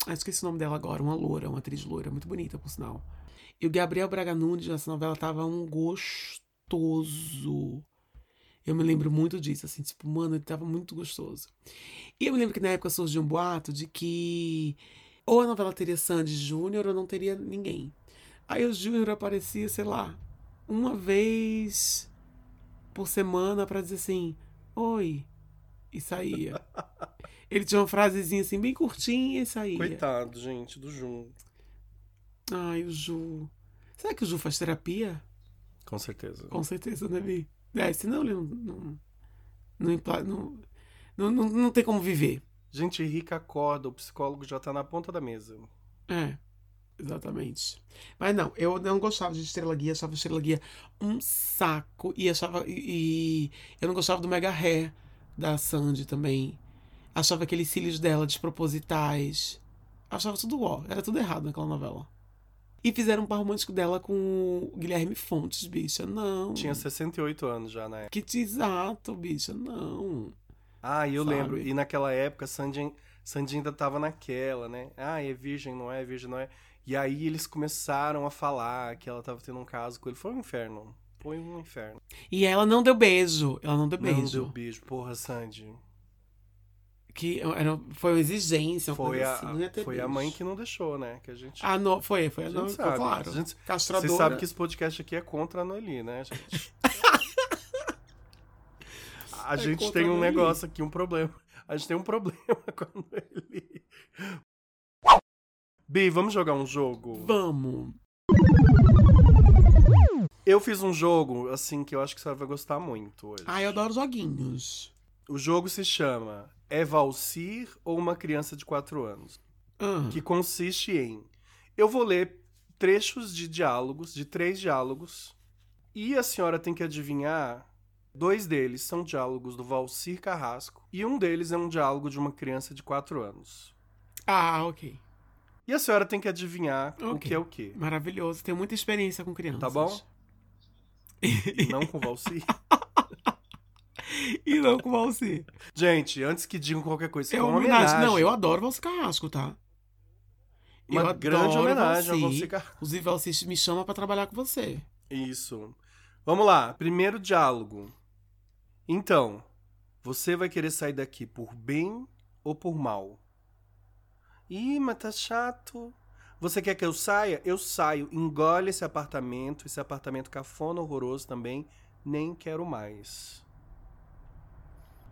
[SPEAKER 2] Ah, esqueci o nome dela agora, uma loura, uma atriz loura, muito bonita, por sinal. E o Gabriel Braga Nunes nessa novela tava um gostoso. Eu me lembro muito disso, assim, tipo, mano, ele tava muito gostoso. E eu me lembro que na época surgiu um boato de que ou a novela teria Sandy Júnior ou não teria ninguém. Aí o Júnior aparecia, sei lá, uma vez por semana pra dizer assim, oi, e saía. Ele tinha uma frasezinha assim, bem curtinha e saía.
[SPEAKER 1] Coitado, gente, do Jun.
[SPEAKER 2] Ai, o Ju. Será que o Ju faz terapia?
[SPEAKER 1] Com certeza.
[SPEAKER 2] Com certeza, né, Bi? É, senão ele não. Não, não, impla- não, não, não, não tem como viver.
[SPEAKER 1] Gente rica acorda, o psicólogo já tá na ponta da mesa.
[SPEAKER 2] É, exatamente. Mas não, eu não gostava de Estrela Guia, achava Estrela Guia um saco. E achava. E, e eu não gostava do Mega Hair da Sandy também. Achava aqueles cílios dela despropositais. Achava tudo ó, era tudo errado naquela novela. E fizeram um par romântico dela com o Guilherme Fontes, bicha. Não.
[SPEAKER 1] Tinha 68 anos já na época.
[SPEAKER 2] Que exato, bicha, não.
[SPEAKER 1] Ah, e eu
[SPEAKER 2] Sabe?
[SPEAKER 1] lembro. E naquela época, Sandy, Sandy ainda tava naquela, né? Ah, é virgem, não é, virgem, não é. E aí eles começaram a falar que ela tava tendo um caso com ele. Foi um inferno. Foi um inferno.
[SPEAKER 2] E ela não deu beijo. Ela não deu
[SPEAKER 1] Não
[SPEAKER 2] beijo.
[SPEAKER 1] deu beijo. Porra, Sandy.
[SPEAKER 2] Que era, foi uma exigência, uma
[SPEAKER 1] Foi,
[SPEAKER 2] coisa
[SPEAKER 1] a,
[SPEAKER 2] assim. não ia ter
[SPEAKER 1] foi a
[SPEAKER 2] beijo.
[SPEAKER 1] mãe que não deixou, né? Que a gente.
[SPEAKER 2] Ah, não, foi, foi a,
[SPEAKER 1] a gente
[SPEAKER 2] não,
[SPEAKER 1] sabe.
[SPEAKER 2] claro.
[SPEAKER 1] A gente-
[SPEAKER 2] Castradora.
[SPEAKER 1] Você sabe que esse podcast aqui é contra a Noeli, né, gente? A
[SPEAKER 2] É
[SPEAKER 1] gente
[SPEAKER 2] contra
[SPEAKER 1] tem
[SPEAKER 2] a
[SPEAKER 1] um
[SPEAKER 2] Noeli.
[SPEAKER 1] negócio aqui, um problema. A gente tem um problema com a Noeli. Bi, vamos jogar um jogo?
[SPEAKER 2] Vamos.
[SPEAKER 1] Eu fiz um jogo, assim, que eu acho que a senhora vai gostar muito hoje.
[SPEAKER 2] Ah, eu adoro joguinhos.
[SPEAKER 1] O jogo se chama É Valsir ou Uma Criança de 4 Anos?
[SPEAKER 2] Ah,
[SPEAKER 1] que consiste em eu vou ler trechos de diálogos, de três diálogos, e a senhora tem que adivinhar. Dois deles são diálogos do Valcir Carrasco e um deles é um diálogo de uma criança de quatro anos.
[SPEAKER 2] ah, ok.
[SPEAKER 1] E a senhora tem que adivinhar o
[SPEAKER 2] Ok.
[SPEAKER 1] que é o que.
[SPEAKER 2] Maravilhoso. Tenho muita experiência com crianças.
[SPEAKER 1] Tá bom? Não com Valcir.
[SPEAKER 2] e não com o Valci.
[SPEAKER 1] Gente, antes que digam qualquer coisa, isso
[SPEAKER 2] É
[SPEAKER 1] é uma
[SPEAKER 2] homenagem.
[SPEAKER 1] homenagem.
[SPEAKER 2] Não, eu adoro Valci Carrasco, tá?
[SPEAKER 1] Uma
[SPEAKER 2] eu
[SPEAKER 1] grande
[SPEAKER 2] adoro
[SPEAKER 1] homenagem ao
[SPEAKER 2] Valci.
[SPEAKER 1] Valcir Carrasco.
[SPEAKER 2] Inclusive, Valci me chama pra trabalhar com você.
[SPEAKER 1] Isso. Vamos lá, primeiro diálogo. Então, você vai querer sair daqui por bem ou por mal? Ih, mas tá chato. Você quer que eu saia? Eu saio. Engole esse apartamento, esse apartamento cafona horroroso também. Nem quero mais.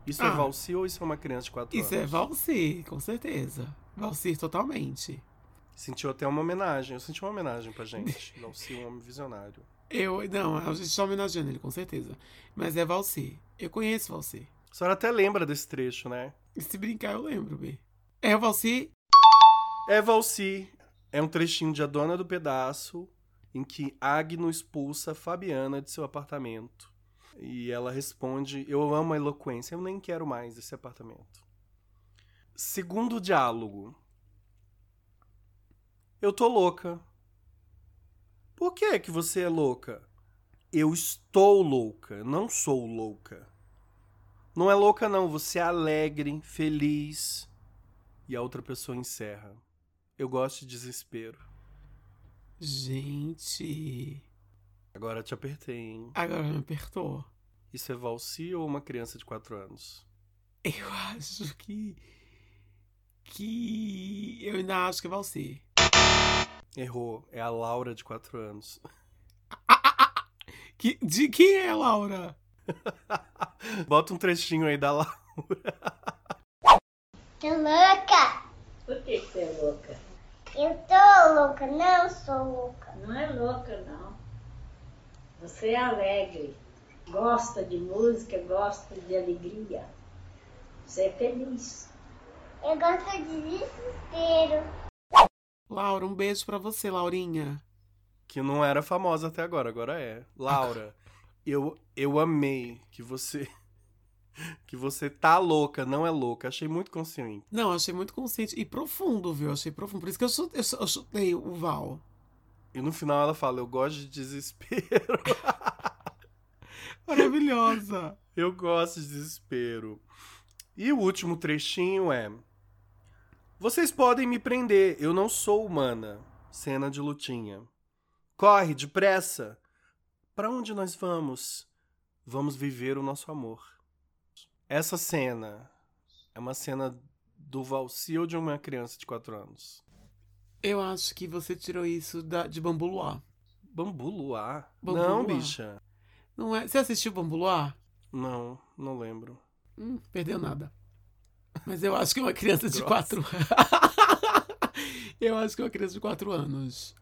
[SPEAKER 1] Isso
[SPEAKER 2] Ah.
[SPEAKER 1] é Valsi ou isso é uma criança de 4
[SPEAKER 2] Isso é
[SPEAKER 1] anos?
[SPEAKER 2] Valsir, com certeza. Valsir totalmente.
[SPEAKER 1] Sentiu até uma homenagem. Eu senti uma homenagem pra gente. Valsi, um homem visionário.
[SPEAKER 2] Eu, não, a gente está homenageando ele, com certeza. Mas é Valsir. Eu conheço Valsir.
[SPEAKER 1] A senhora até lembra desse trecho, né?
[SPEAKER 2] E se brincar, eu lembro, B. É o Valsir?
[SPEAKER 1] É Valsi. É um trechinho de A Dona do Pedaço, em que Agno expulsa Fabiana de seu apartamento. E ela responde: Eu amo a eloquência, eu nem quero mais esse apartamento. Segundo diálogo. Eu tô louca. Por que é que você é louca? Eu estou louca, não sou louca. Não é louca, não. Você é alegre, feliz. E a outra pessoa encerra. Eu gosto de desespero.
[SPEAKER 2] Gente.
[SPEAKER 1] Agora te apertei, hein?
[SPEAKER 2] Agora me apertou.
[SPEAKER 1] Isso é Valsi ou uma criança de 4 anos?
[SPEAKER 2] Eu acho que. Que. Eu ainda acho que é Valsir.
[SPEAKER 1] Errou. É a Laura de 4 anos.
[SPEAKER 2] Que, de quem é, Laura?
[SPEAKER 1] Bota um trechinho aí da Laura.
[SPEAKER 3] Tô é louca.
[SPEAKER 4] Por que que você é louca?
[SPEAKER 3] Eu tô louca, não sou louca.
[SPEAKER 4] Não é louca, não. Você é alegre, gosta de música, gosta de alegria. Você é feliz.
[SPEAKER 3] Eu gosto de desespero.
[SPEAKER 2] Laura, um beijo pra você, Laurinha.
[SPEAKER 1] Que não era famosa até agora, agora é. Laura, eu, eu amei que você. Que você tá louca, não é louca. Achei muito consciente.
[SPEAKER 2] Não, achei muito consciente e profundo, viu? Achei profundo. Por isso que eu chu- eu chu- eu chutei o Val.
[SPEAKER 1] E no final ela fala: Eu gosto de desespero.
[SPEAKER 2] Maravilhosa.
[SPEAKER 1] Eu gosto de desespero. E o último trechinho é: Vocês podem me prender, eu não sou humana. Cena de lutinha. Corre depressa. Pra onde nós vamos? Vamos viver o nosso amor. Essa cena é uma cena do Valsil de uma criança de 4 anos.
[SPEAKER 2] Eu acho que você tirou isso da- de Bambu Luar.
[SPEAKER 1] Bambu luar?
[SPEAKER 2] Bambu
[SPEAKER 1] não,
[SPEAKER 2] Luar.
[SPEAKER 1] bicha.
[SPEAKER 2] Não é? Você assistiu Bambu Luar?
[SPEAKER 1] Não, não lembro.
[SPEAKER 2] Hum, perdeu nada. Mas eu acho que é uma criança de
[SPEAKER 1] Grossa.
[SPEAKER 2] quatro Eu acho que é uma criança de quatro anos.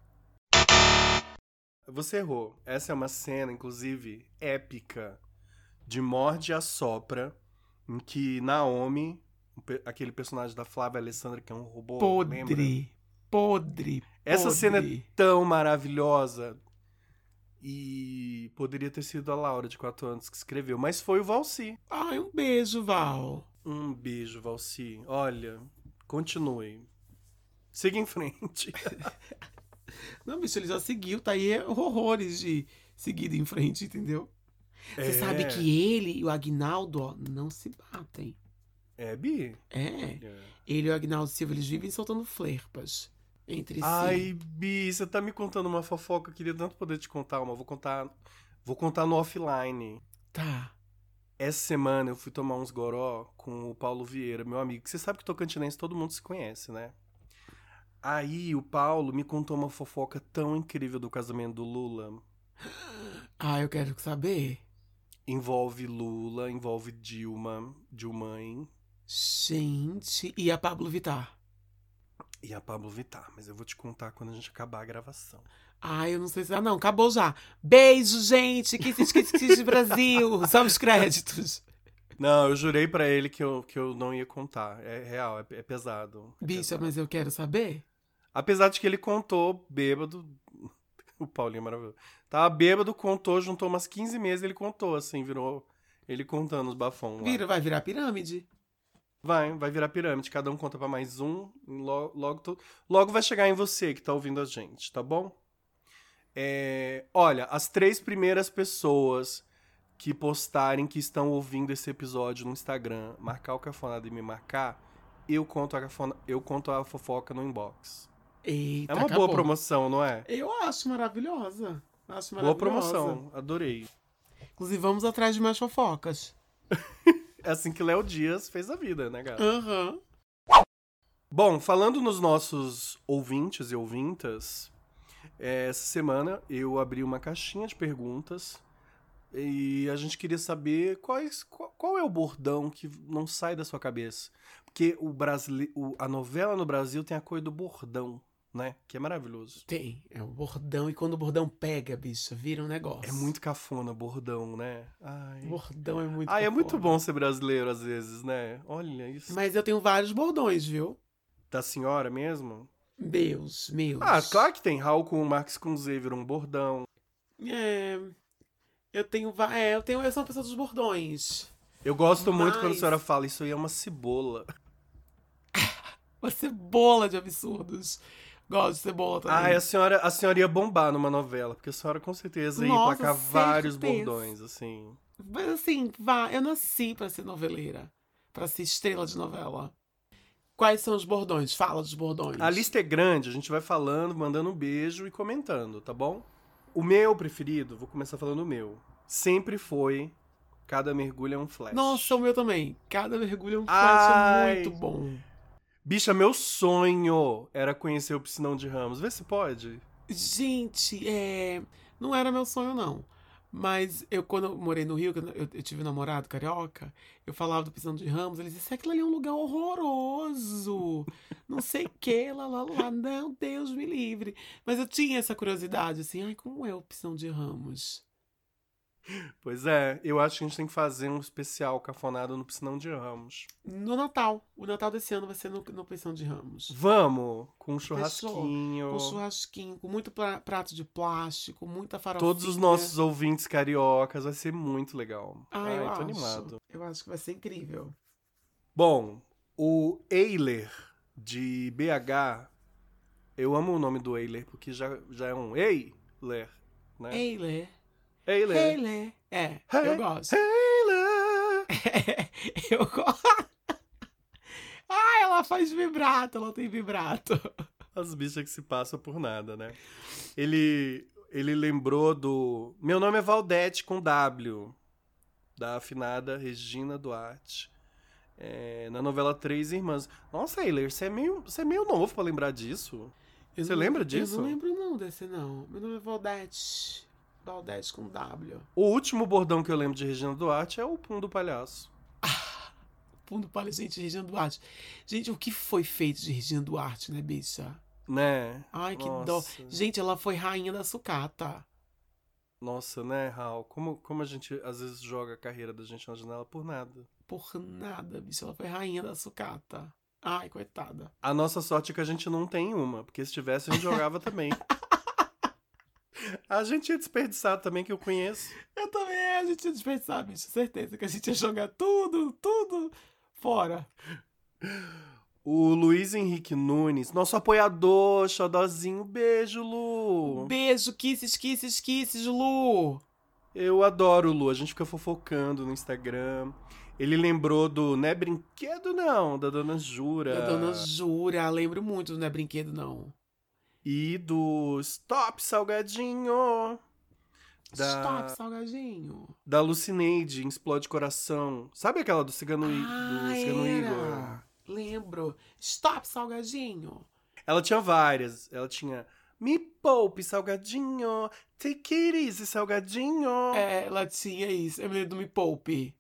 [SPEAKER 1] Você errou. Essa é uma cena, inclusive, épica de morde a sopra, em que Naomi, o pe- aquele personagem da Flávia Alessandra, que é um robô,
[SPEAKER 2] Podre.
[SPEAKER 1] lembra?
[SPEAKER 2] Podre.
[SPEAKER 1] Essa
[SPEAKER 2] podre.
[SPEAKER 1] cena é tão maravilhosa. E poderia ter sido a Laura, de 4 anos, que escreveu, mas foi o Valsi.
[SPEAKER 2] Ai, um beijo, Val.
[SPEAKER 1] Um beijo, Valsi. Olha, continue. Siga em frente.
[SPEAKER 2] Não, bicho, ele já seguiu, tá aí horrores de seguida em frente, entendeu? Você
[SPEAKER 1] É.
[SPEAKER 2] sabe que ele e o Agnaldo, ó, não se batem.
[SPEAKER 1] É, Bi?
[SPEAKER 2] É.
[SPEAKER 1] É.
[SPEAKER 2] Ele e o Agnaldo Silva, eles vivem soltando flerpas entre si.
[SPEAKER 1] Ai, Bi, você tá me contando uma fofoca, eu queria tanto poder te contar uma. Vou contar, vou contar no offline.
[SPEAKER 2] Tá.
[SPEAKER 1] Essa semana eu fui tomar uns goró com o Paulo Vieira, meu amigo. que Você sabe que Tocantinense todo mundo se conhece, né? Aí o Paulo me contou uma fofoca tão incrível do casamento do Lula.
[SPEAKER 2] Ah, eu quero saber.
[SPEAKER 1] Envolve Lula, envolve Dilma, Dilmãe
[SPEAKER 2] Gente, e a Pablo Vittar?
[SPEAKER 1] e a Pablo Vittar. Mas eu vou te contar quando a gente acabar a gravação.
[SPEAKER 2] Ai, eu não sei se. Ah, não, acabou já. Beijo, gente. Kisses, kisses, kisses, Brasil. Só os créditos.
[SPEAKER 1] Não, eu jurei pra ele que eu, que eu não ia contar. É real, é, é pesado. É
[SPEAKER 2] Bicha, mas eu quero saber.
[SPEAKER 1] Apesar de que ele contou bêbado. O Paulinho é maravilhoso. Tava bêbado, contou, juntou umas 15 meses, ele contou, assim, virou. Ele contando os bafões.
[SPEAKER 2] Vira, vai virar pirâmide?
[SPEAKER 1] Vai, vai virar pirâmide. Cada um conta pra mais um. e lo- Logo, to- logo vai chegar em você que tá ouvindo a gente, tá bom? É, olha, as três primeiras pessoas que postarem que estão ouvindo esse episódio no Instagram, marcar o cafonada e me marcar, eu conto a, cafona, eu conto a fofoca no inbox.
[SPEAKER 2] Eita,
[SPEAKER 1] É uma
[SPEAKER 2] tá, acabou.
[SPEAKER 1] boa promoção, não é?
[SPEAKER 2] Eu acho maravilhosa. Acho maravilhosa.
[SPEAKER 1] Boa promoção, adorei.
[SPEAKER 2] Inclusive, vamos atrás de mais fofocas.
[SPEAKER 1] É assim que Léo Dias fez a vida, né, cara?
[SPEAKER 2] Aham.
[SPEAKER 1] Bom, falando nos nossos ouvintes e é, ouvintas, eh, essa semana eu abri uma caixinha de perguntas E a gente queria saber quais, qual, qual é o bordão que não sai da sua cabeça. Porque o brasile, o- a novela no Brasil tem a coisa do bordão, né? Que é maravilhoso.
[SPEAKER 2] Tem, é o bordão. E quando o bordão pega, bicho, vira um negócio.
[SPEAKER 1] É muito cafona, bordão, né? Ai,
[SPEAKER 2] O bordão é muito.
[SPEAKER 1] Ai é
[SPEAKER 2] fofo.
[SPEAKER 1] muito bom ser brasileiro às vezes, né? Olha isso.
[SPEAKER 2] Mas eu tenho vários bordões, viu?
[SPEAKER 1] Da senhora mesmo?
[SPEAKER 2] Meus, meus.
[SPEAKER 1] Ah, claro que tem. Raul com o Max com o Zé virou um bordão.
[SPEAKER 2] É. Eu tenho. va- É, eu tenho. Eu sou uma pessoa dos bordões.
[SPEAKER 1] Eu gosto muito
[SPEAKER 2] Mas-
[SPEAKER 1] quando a senhora fala, isso aí é uma cebola.
[SPEAKER 2] Uma cebola de absurdos. Gosto de cebola também.
[SPEAKER 1] Ah, a senhora, a senhora ia bombar numa novela, porque a senhora com certeza ia
[SPEAKER 2] Nossa,
[SPEAKER 1] emplacar
[SPEAKER 2] certeza.
[SPEAKER 1] vários bordões, assim.
[SPEAKER 2] Mas assim, vá, eu nasci pra ser noveleira. Pra ser estrela de novela. Quais são os bordões? Fala dos bordões.
[SPEAKER 1] A lista é grande, a gente vai falando, mandando um beijo e comentando, tá bom? O meu preferido, vou começar falando o meu. Sempre foi Cada mergulho é um flash.
[SPEAKER 2] Nossa, o meu também. Cada mergulho é um flash
[SPEAKER 1] Ai.
[SPEAKER 2] muito bom.
[SPEAKER 1] Bicha, meu sonho era conhecer o Piscinão de Ramos. Vê se pode.
[SPEAKER 2] Gente, é... não era meu sonho, não. Mas eu, quando eu morei no Rio, que eu, eu tive um namorado carioca, eu falava do Pisão de Ramos, ele disse, aquilo ali é um lugar horroroso, não sei o que, lá, lá, lá, não, Deus me livre. Mas eu tinha essa curiosidade, assim, ai, como é o Pisão de Ramos?
[SPEAKER 1] Pois é, eu acho que a gente tem que fazer um especial cafonado no Piscinão de Ramos.
[SPEAKER 2] No Natal, o Natal desse ano vai ser no, no Pisão de Ramos.
[SPEAKER 1] Vamos! Com um churrasquinho.
[SPEAKER 2] Com churrasquinho, com muito pra- prato de plástico, muita farofinha.
[SPEAKER 1] Todos os nossos ouvintes cariocas, vai ser muito legal.
[SPEAKER 2] Ah, eu
[SPEAKER 1] tô
[SPEAKER 2] acho.
[SPEAKER 1] animado.
[SPEAKER 2] Eu acho que vai ser incrível.
[SPEAKER 1] Bom, o Eiler de BH. Eu amo o nome do Eiler, porque já, já é um Eiler, né?
[SPEAKER 2] Ei, Lê.
[SPEAKER 1] Eiler.
[SPEAKER 2] Hey, Lê. É, eu
[SPEAKER 1] Hey,
[SPEAKER 2] gosto.
[SPEAKER 1] Eiler!
[SPEAKER 2] Eu gosto. Ah, ela faz vibrato, ela tem vibrato.
[SPEAKER 1] As bichas que se passam por nada, né? Ele, ele lembrou do. Meu nome é Valdete com W. Da afinada Regina Duarte. É, na novela Três Irmãs. Nossa, Eiler, você é meio, você é meio novo pra lembrar disso.
[SPEAKER 2] Eu
[SPEAKER 1] Você
[SPEAKER 2] não-
[SPEAKER 1] lembra disso?
[SPEAKER 2] Eu não lembro não desse não. Meu nome é Valdete. Valdete com W.
[SPEAKER 1] O último bordão que eu lembro de Regina Duarte é o Pum do Palhaço.
[SPEAKER 2] Fundo Palha, gente, Regina Duarte. Gente, o que foi feito de Regina Duarte, né, bicha?
[SPEAKER 1] Né?
[SPEAKER 2] Ai, que
[SPEAKER 1] Nossa.
[SPEAKER 2] dó. Gente, ela foi rainha da sucata.
[SPEAKER 1] Nossa, né, Raul? Como, como a gente às vezes joga a carreira da gente na janela por nada.
[SPEAKER 2] Por nada, bicha. Ela foi rainha da sucata. Ai, coitada.
[SPEAKER 1] A nossa sorte é que a gente não tem uma, porque se tivesse a gente jogava também. A gente ia desperdiçar também, que eu conheço.
[SPEAKER 2] Eu também, a gente ia dispensar, bicho. Certeza que a gente ia jogar tudo, tudo fora.
[SPEAKER 1] O Luiz Henrique Nunes, nosso apoiador, xodózinho. Beijo, Lu.
[SPEAKER 2] Beijo, kisses, kisses, kisses, Lu.
[SPEAKER 1] Eu adoro o Lu, a gente fica fofocando no Instagram. Ele lembrou do Né Brinquedo Não, da Dona Jura.
[SPEAKER 2] Da dona Jura, lembro muito, não é brinquedo, não.
[SPEAKER 1] E do Stop Salgadinho. Da-
[SPEAKER 2] Stop, salgadinho.
[SPEAKER 1] Da Lucineide, em Explode Coração. Sabe aquela do Cigano, I-
[SPEAKER 2] Ah,
[SPEAKER 1] do Cigano Igor?
[SPEAKER 2] era. Lembro. Stop, salgadinho.
[SPEAKER 1] Ela tinha várias. Ela tinha Me Poupe, Salgadinho. Take it easy, Salgadinho.
[SPEAKER 2] É, ela tinha isso. Eu me lembro do Me Poupe.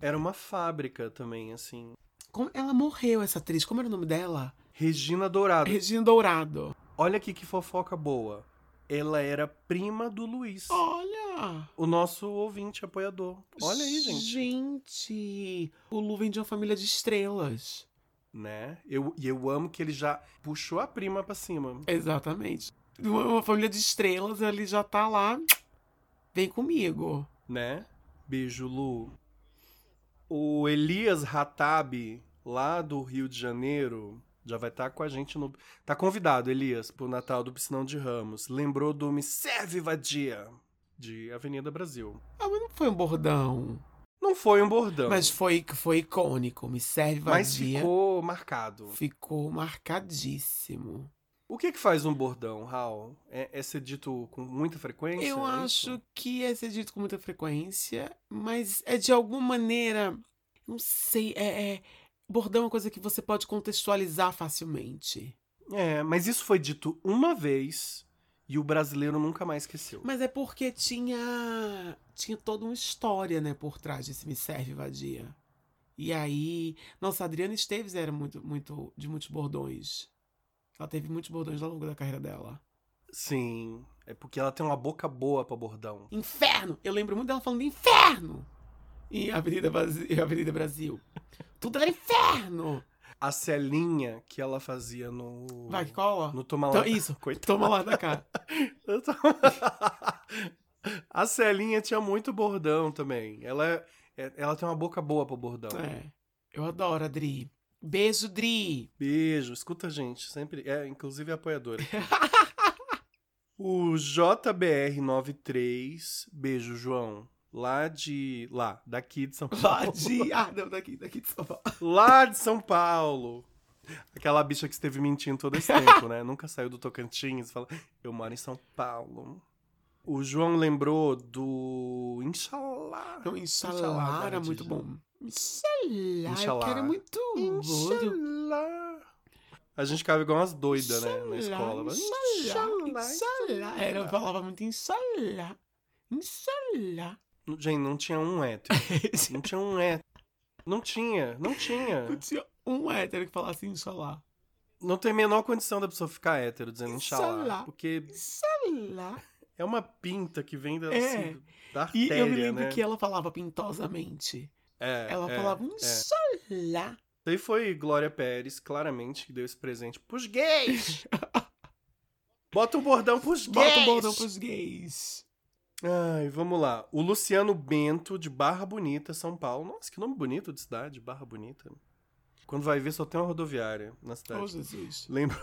[SPEAKER 1] Era uma fábrica também, assim.
[SPEAKER 2] Como- Ela morreu, essa atriz. Como era o nome dela?
[SPEAKER 1] Regina Dourado.
[SPEAKER 2] Regina Dourado.
[SPEAKER 1] Olha aqui que fofoca boa. Ela era prima do Luiz.
[SPEAKER 2] Oh. Olha!
[SPEAKER 1] O nosso ouvinte apoiador. Olha aí, gente.
[SPEAKER 2] Gente, o Lu vem de uma família de estrelas.
[SPEAKER 1] Né? Eu, e eu amo que ele já puxou a prima pra cima.
[SPEAKER 2] Exatamente. Uma, uma família de estrelas, ele já tá lá. Vem comigo.
[SPEAKER 1] né? Beijo, Lu. O Elias Ratab, lá do Rio de Janeiro, já vai estar com a gente no. Tá convidado, Elias, pro Natal do Piscinão de Ramos. Lembrou do Me Serve Vadia, de Avenida Brasil.
[SPEAKER 2] Ah, mas não foi um bordão.
[SPEAKER 1] Não foi um bordão, mas,
[SPEAKER 2] Mas foi foi icônico. Me serve vazia.
[SPEAKER 1] ficou marcado.
[SPEAKER 2] Ficou marcadíssimo.
[SPEAKER 1] O que que faz um bordão, Raul? É, é ser dito com muita frequência?
[SPEAKER 2] Eu
[SPEAKER 1] é isso?
[SPEAKER 2] acho que é ser dito com muita frequência, mas é de alguma maneira. Não sei, é. é bordão é uma coisa que você pode contextualizar facilmente.
[SPEAKER 1] É, mas isso foi dito uma vez E o brasileiro nunca mais esqueceu.
[SPEAKER 2] Mas é porque tinha. Tinha toda uma história, né, por trás desse Me Serve Vadia. E aí. Nossa, a Adriana Esteves era muito, muito. de muitos bordões. Ela teve muitos bordões ao longo da carreira dela.
[SPEAKER 1] Sim, é porque ela tem uma boca boa pra bordão.
[SPEAKER 2] Inferno! Eu lembro muito dela falando de inferno! E Avenida, Brasil, Avenida Brasil. Tudo era inferno!
[SPEAKER 1] A celinha que ela fazia no.
[SPEAKER 2] Vai que cola?
[SPEAKER 1] No Toma
[SPEAKER 2] Então,
[SPEAKER 1] Lá.
[SPEAKER 2] isso.
[SPEAKER 1] Coitado.
[SPEAKER 2] Toma lá da cara.
[SPEAKER 1] Eu tô- a Celinha tinha muito bordão também. Ela, é- ela tem uma boca boa pro bordão.
[SPEAKER 2] É. Eu adoro a Dri. Beijo, Dri.
[SPEAKER 1] Beijo, escuta a gente, sempre. É, inclusive é apoiadora. o JBR93, beijo, João. Lá de. Lá, daqui de São Paulo.
[SPEAKER 2] Lá de. Ah, não, daqui, daqui de São Paulo.
[SPEAKER 1] Lá de São Paulo. Aquela bicha que esteve mentindo todo esse tempo, né? Nunca saiu do Tocantins. Fala, eu moro em São Paulo. O João lembrou do. Inxalá.
[SPEAKER 2] Então,
[SPEAKER 1] Inxalá,
[SPEAKER 2] Inxalá
[SPEAKER 1] Bárbara
[SPEAKER 2] era muito
[SPEAKER 1] Dias.
[SPEAKER 2] bom. Inxalá.
[SPEAKER 1] Inxalá.
[SPEAKER 2] Eu quero muito. ouro.
[SPEAKER 1] Inxalá. A gente ficava igual umas doidas, né? Na
[SPEAKER 2] Inxalá,
[SPEAKER 1] escola. Inxalá,
[SPEAKER 2] Inxalá. Inxalá. Era, eu falava muito Inxalá. Inxalá.
[SPEAKER 1] Gente, não tinha um hétero. Não tinha um hétero. Não tinha, não
[SPEAKER 2] Não
[SPEAKER 1] tinha.
[SPEAKER 2] tinha um hétero que falasse Inxalá.
[SPEAKER 1] Não tem a menor condição da pessoa ficar hétero dizendo
[SPEAKER 2] Inxalá.
[SPEAKER 1] Inxalá. Porque
[SPEAKER 2] Inxalá.
[SPEAKER 1] é uma pinta que vem da,
[SPEAKER 2] É.
[SPEAKER 1] assim, da
[SPEAKER 2] E
[SPEAKER 1] artéria,
[SPEAKER 2] eu me lembro
[SPEAKER 1] né?
[SPEAKER 2] que ela falava pintosamente.
[SPEAKER 1] É,
[SPEAKER 2] Ela
[SPEAKER 1] é,
[SPEAKER 2] falava "Um
[SPEAKER 1] É.
[SPEAKER 2] Inxalá.
[SPEAKER 1] Daí foi Glória Pérez, claramente, que deu esse presente pros gays! Bota um bordão pros gays!
[SPEAKER 2] Bota um bordão pros gays.
[SPEAKER 1] Ai, vamos lá. O Luciano Bento, de Barra Bonita, São Paulo. Nossa, que nome bonito de cidade, Barra Bonita. Quando vai ver, só tem uma rodoviária na cidade.
[SPEAKER 2] Oh, Jesus.
[SPEAKER 1] Lembra?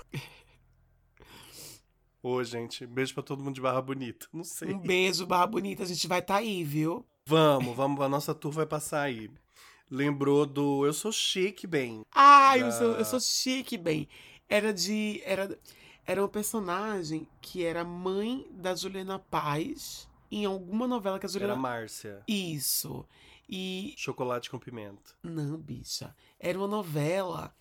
[SPEAKER 1] Ô, gente, beijo pra todo mundo de Barra Bonita. Não sei.
[SPEAKER 2] Um beijo, barra bonita. A gente vai tá aí, viu?
[SPEAKER 1] Vamos, vamos, a nossa tour vai passar aí. Lembrou do Eu Sou Chique, bem.
[SPEAKER 2] Ai, eu,
[SPEAKER 1] Da-
[SPEAKER 2] sou, eu sou chique, bem. Era de. Era, era uma personagem que era mãe da Juliana Paz em alguma novela que a
[SPEAKER 1] Era
[SPEAKER 2] Juliana.
[SPEAKER 1] Márcia.
[SPEAKER 2] Isso. E.
[SPEAKER 1] Chocolate com pimenta.
[SPEAKER 2] Não, bicha. Era uma novela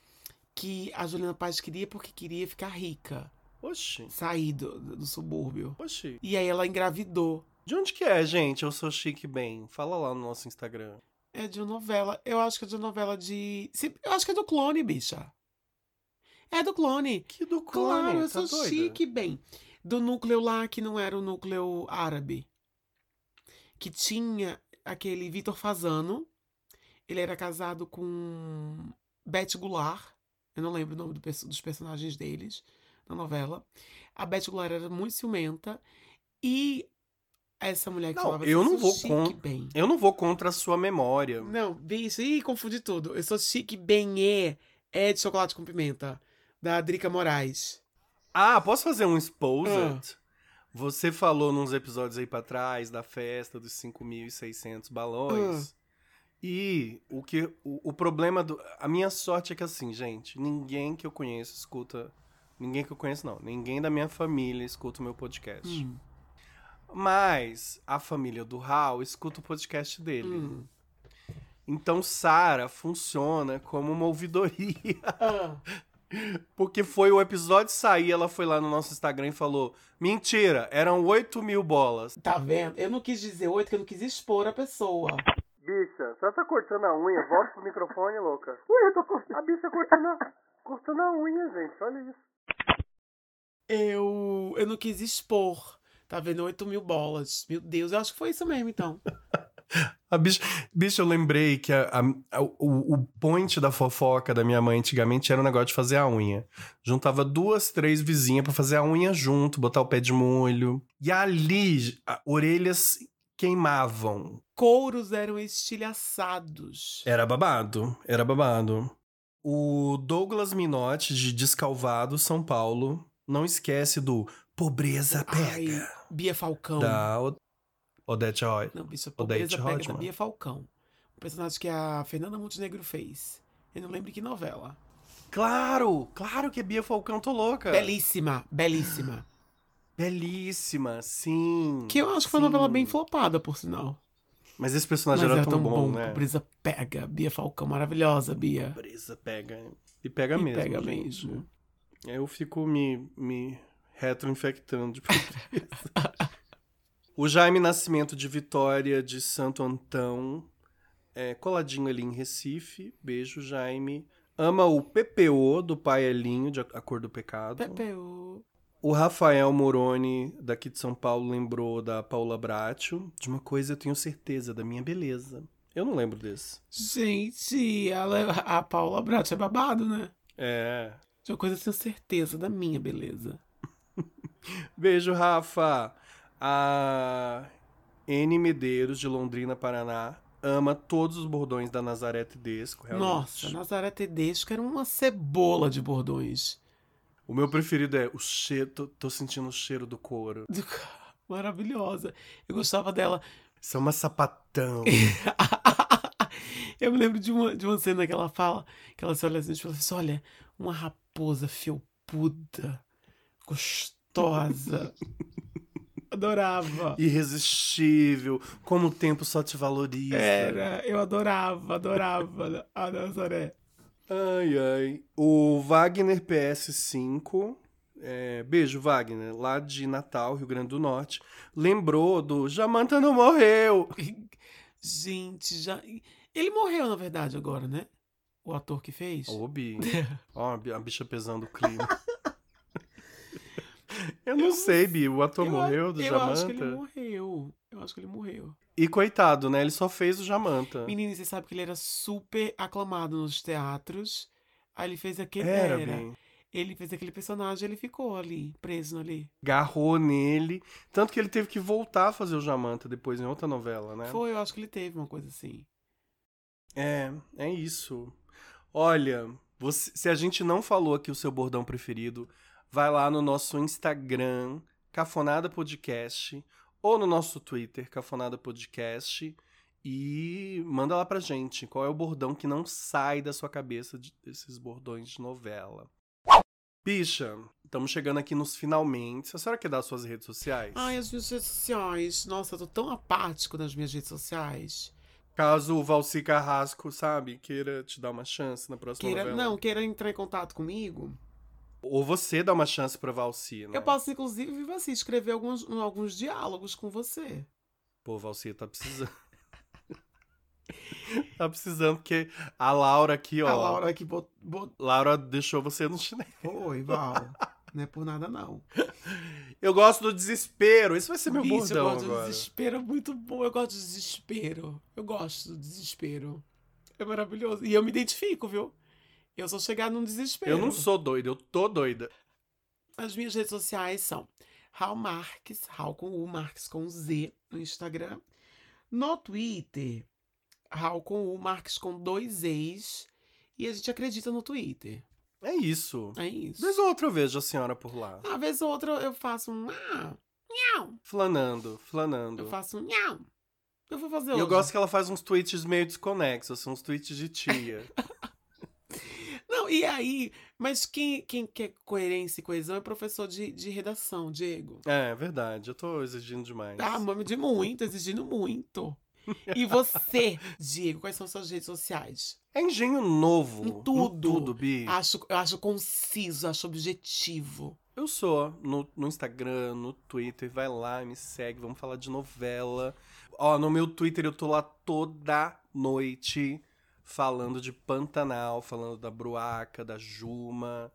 [SPEAKER 2] que a Juliana Paz queria porque queria ficar rica,
[SPEAKER 1] Oxi,
[SPEAKER 2] sair do, do subúrbio.
[SPEAKER 1] oxi.
[SPEAKER 2] E aí ela engravidou.
[SPEAKER 1] De onde que é, gente? Eu sou chique bem. Fala lá no nosso Instagram.
[SPEAKER 2] É de uma novela. Eu acho que é de uma novela de. se- Eu acho que é do clone, bicha. É do clone.
[SPEAKER 1] Que do clone,
[SPEAKER 2] Claro, eu
[SPEAKER 1] tá
[SPEAKER 2] sou
[SPEAKER 1] doida?
[SPEAKER 2] chique, bem. Do núcleo lá que não era o núcleo árabe. Que tinha aquele Vitor Fazano. Ele era casado com Beth Goulart. Eu não lembro o nome do perso- dos personagens deles na novela. A Beth Goulart era muito ciumenta. E essa mulher que
[SPEAKER 1] Não,
[SPEAKER 2] falava
[SPEAKER 1] eu
[SPEAKER 2] assim,
[SPEAKER 1] não
[SPEAKER 2] "Sou
[SPEAKER 1] vou
[SPEAKER 2] chique,
[SPEAKER 1] con-
[SPEAKER 2] bem.
[SPEAKER 1] Eu não vou contra a sua memória.
[SPEAKER 2] Não, bicho, ih, confundi tudo. Eu sou chique, bem é. É de chocolate com pimenta. Da Drica Moraes.
[SPEAKER 1] Ah, posso fazer um exposed?
[SPEAKER 2] Ah.
[SPEAKER 1] Você falou nos episódios aí pra trás da festa dos 5.600 balões.
[SPEAKER 2] Ah.
[SPEAKER 1] E o que o, o problema do a minha sorte é que assim, gente, ninguém que eu conheço escuta, ninguém que eu conheço não, ninguém da minha família escuta o meu podcast.
[SPEAKER 2] Hum.
[SPEAKER 1] Mas a família do Hal escuta o podcast dele.
[SPEAKER 2] Hum.
[SPEAKER 1] Então Sara funciona como uma ouvidoria.
[SPEAKER 2] Ah.
[SPEAKER 1] Porque foi o episódio sair, ela foi lá no nosso Instagram e falou: Mentira, eram 8 mil bolas.
[SPEAKER 2] Tá vendo? Eu não quis dizer oito, que eu não quis expor a pessoa.
[SPEAKER 1] Bicha, só tá cortando a unha, volta pro microfone, louca. Ué, eu tô cortando. A bicha cortando a, cortando a unha, gente, olha isso.
[SPEAKER 2] Eu. Eu não quis expor. Tá vendo? Oito mil bolas. Meu Deus, eu acho que foi isso mesmo, então.
[SPEAKER 1] A bicha, bicha, Ah, eu lembrei que a- a- a- o, o point da fofoca da minha mãe antigamente era o negócio de fazer a unha. Juntava duas, três vizinhas pra fazer a unha junto, botar o pé de molho. E ali, a- orelhas queimavam.
[SPEAKER 2] Couros eram estilhaçados.
[SPEAKER 1] Era babado, era babado. O Douglas Minotti, de Descalvado, São Paulo, não esquece do Pobreza
[SPEAKER 2] Ai,
[SPEAKER 1] Pega,
[SPEAKER 2] Bia Falcão.
[SPEAKER 1] da O- Odete Roy.
[SPEAKER 2] Não, bicho,
[SPEAKER 1] Odete
[SPEAKER 2] pobreza pega da
[SPEAKER 1] Rodman.
[SPEAKER 2] Bia Falcão. Um personagem que a Fernanda Montenegro fez. Eu não lembro que novela.
[SPEAKER 1] Claro, claro que é Bia Falcão, tô louca.
[SPEAKER 2] Belíssima, belíssima.
[SPEAKER 1] Belíssima, sim.
[SPEAKER 2] Que eu acho que foi uma
[SPEAKER 1] Sim.
[SPEAKER 2] novela bem flopada, por sinal.
[SPEAKER 1] Mas esse personagem era, tão, bom, né?
[SPEAKER 2] Pobreza pega. Bia Falcão, maravilhosa, Bia.
[SPEAKER 1] Pobreza Pega. E pega
[SPEAKER 2] E
[SPEAKER 1] mesmo.
[SPEAKER 2] pega
[SPEAKER 1] gente.
[SPEAKER 2] mesmo.
[SPEAKER 1] Eu fico me, me Retroinfectando de pobreza. o Jaime Nascimento de Vitória de Santo Antão, é, coladinho ali em Recife. Beijo, Jaime. Ama o PPO do pai Elinho, de A A Cor do Pecado.
[SPEAKER 2] PPO.
[SPEAKER 1] O Rafael Moroni, daqui de São Paulo, lembrou da Paula Bracho. De uma coisa eu tenho certeza, da minha beleza. Eu não lembro desse.
[SPEAKER 2] Gente, ela, a Paula Brat é babado, né?
[SPEAKER 1] É.
[SPEAKER 2] De uma coisa eu tenho certeza da minha beleza.
[SPEAKER 1] Beijo, Rafa. A N Medeiros, de Londrina, Paraná, ama todos os bordões da Nazaré Tedesco, realmente.
[SPEAKER 2] Nossa, Nazaré Tedesco era uma cebola de bordões.
[SPEAKER 1] O meu preferido é o cheiro. Tô, tô sentindo o cheiro do couro.
[SPEAKER 2] Maravilhosa. Eu gostava dela.
[SPEAKER 1] Isso é uma sapatão.
[SPEAKER 2] Eu me lembro de uma, de uma cena que ela fala, que ela se olha assim e fala assim, olha, uma raposa felpuda, gostosa. Adorava.
[SPEAKER 1] Irresistível. Como o tempo só te valoriza.
[SPEAKER 2] Era, eu adorava, adorava a Nazaré.
[SPEAKER 1] Ai, ai. O Wagner PS5. é, beijo, Wagner. Lá de Natal, Rio Grande do Norte. Lembrou do Jamanta não morreu.
[SPEAKER 2] Gente, já. Ele morreu, na verdade, agora, né? O ator que fez.
[SPEAKER 1] Ô, Bi. Ó, a bi- a bicha pesando o clima. Eu não sei, Bi. O ator
[SPEAKER 2] Eu a-
[SPEAKER 1] morreu do
[SPEAKER 2] eu acho que ele
[SPEAKER 1] Jamanta.
[SPEAKER 2] morreu. Eu acho que ele morreu.
[SPEAKER 1] E coitado, né? Ele só fez o Jamanta.
[SPEAKER 2] Menino, você sabe que ele era super aclamado nos teatros. Aí ele fez aquele.
[SPEAKER 1] Era, Bi.
[SPEAKER 2] Ele fez aquele personagem, ele ficou ali, preso ali.
[SPEAKER 1] Garrou nele. Tanto que ele teve que voltar a fazer o Jamanta depois em outra novela, né?
[SPEAKER 2] Foi, eu acho que ele teve uma coisa assim.
[SPEAKER 1] É, é isso. Olha, você- se a gente não falou aqui o seu bordão preferido, vai lá no nosso Instagram, Cafonada Podcast, ou no nosso Twitter, Cafonada Podcast, e manda lá pra gente qual é o bordão que não sai da sua cabeça de- desses bordões de novela. Bicha, estamos chegando aqui nos finalmente. A senhora quer dar suas redes sociais?
[SPEAKER 2] Ai, as minhas redes sociais. Nossa, eu tô tão apático nas minhas redes sociais.
[SPEAKER 1] Caso o Valci Carrasco, sabe, queira te dar uma chance na próxima
[SPEAKER 2] Queira,
[SPEAKER 1] novela.
[SPEAKER 2] não, queira entrar em contato comigo.
[SPEAKER 1] Ou você dá uma chance pra Valci, né?
[SPEAKER 2] Eu posso, inclusive, assim, escrever alguns, alguns diálogos com você.
[SPEAKER 1] Pô, Valci tá precisando. tá precisando, porque a Laura aqui, ó.
[SPEAKER 2] A Ah, Laura que bot- bot-
[SPEAKER 1] Laura deixou você no chinelo.
[SPEAKER 2] Oi, Val. não é por nada, não.
[SPEAKER 1] Eu gosto do desespero. Esse vai ser é meu
[SPEAKER 2] Bicho, eu
[SPEAKER 1] bordão
[SPEAKER 2] gosto
[SPEAKER 1] agora.
[SPEAKER 2] de desespero, é muito bom. Eu gosto de desespero. Eu gosto do desespero. É maravilhoso. E eu me identifico, viu? Eu sou chegar num desespero.
[SPEAKER 1] Eu não sou doida, eu tô doida.
[SPEAKER 2] As minhas redes sociais são Raul Marques, Raul com U, Marques com Z no Instagram. No Twitter, Raul com U, Marques com dois E's. E a gente acredita no Twitter.
[SPEAKER 1] É isso.
[SPEAKER 2] É isso.
[SPEAKER 1] Vez ou outra eu vejo a senhora por lá.
[SPEAKER 2] Uma vez ou outra eu faço um ah, nhau.
[SPEAKER 1] Flanando,
[SPEAKER 2] Eu
[SPEAKER 1] flanando.
[SPEAKER 2] faço um nhau. Eu vou fazer
[SPEAKER 1] E
[SPEAKER 2] hoje.
[SPEAKER 1] eu gosto que ela faz uns tweets meio desconexos, assim, uns tweets de tia.
[SPEAKER 2] Não, e aí? Mas quem, quem quer coerência e coesão é professor de, de redação, Diego.
[SPEAKER 1] é, é verdade, eu tô exigindo demais.
[SPEAKER 2] Ah, mami, de muito, exigindo muito. E você, Diego, quais são suas redes sociais?
[SPEAKER 1] É engenho novo.
[SPEAKER 2] Em tudo.
[SPEAKER 1] tudo, Bi.
[SPEAKER 2] Acho, eu acho conciso, acho objetivo.
[SPEAKER 1] Eu sou no, no Instagram, no Twitter, vai lá, me segue, vamos falar de novela. Ó, no meu Twitter eu tô lá toda noite falando de Pantanal, falando da Bruaca, da Juma.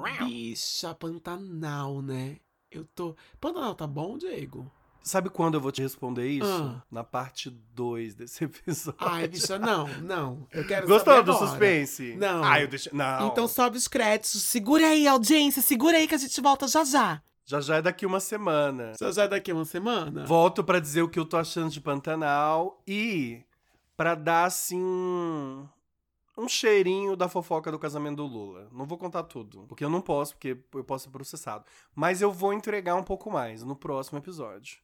[SPEAKER 2] Bicha, Pantanal, né? Eu tô. Pantanal tá bom, Diego?
[SPEAKER 1] Sabe quando eu vou te responder isso?
[SPEAKER 2] Ah.
[SPEAKER 1] Na parte 2 desse episódio.
[SPEAKER 2] Ai, bicha, não, não. Eu quero
[SPEAKER 1] Gostou
[SPEAKER 2] saber
[SPEAKER 1] do
[SPEAKER 2] agora.
[SPEAKER 1] suspense?
[SPEAKER 2] Não.
[SPEAKER 1] Ah, eu deixei. Não.
[SPEAKER 2] Então sobe os créditos. Segura aí, audiência, segura aí que a gente volta já já.
[SPEAKER 1] Já já é daqui uma semana.
[SPEAKER 2] Já já é daqui a uma semana?
[SPEAKER 1] Volto pra dizer o que eu tô achando de Pantanal e pra dar assim um cheirinho da fofoca do casamento do Lula. Não vou contar tudo, porque eu não posso, porque eu posso ser processado. Mas eu vou entregar um pouco mais no próximo episódio.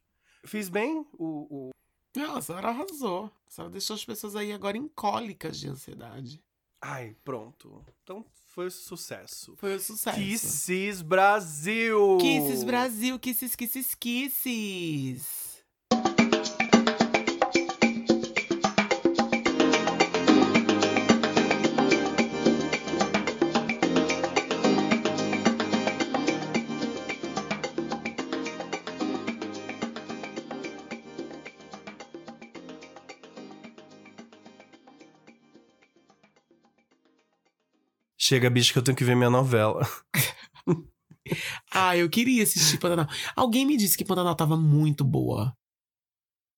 [SPEAKER 1] Fiz bem o, o-
[SPEAKER 2] Não, a senhora arrasou. A senhora deixou as pessoas aí agora em cólicas de ansiedade.
[SPEAKER 1] Ai, pronto. Então foi um sucesso.
[SPEAKER 2] Foi um sucesso.
[SPEAKER 1] Kisses Brasil!
[SPEAKER 2] Kisses Brasil, kisses, kisses, kisses.
[SPEAKER 1] Chega, bicho, que eu tenho que ver minha novela.
[SPEAKER 2] Ah, eu queria assistir Pantanal. Alguém me disse que Pantanal tava muito boa.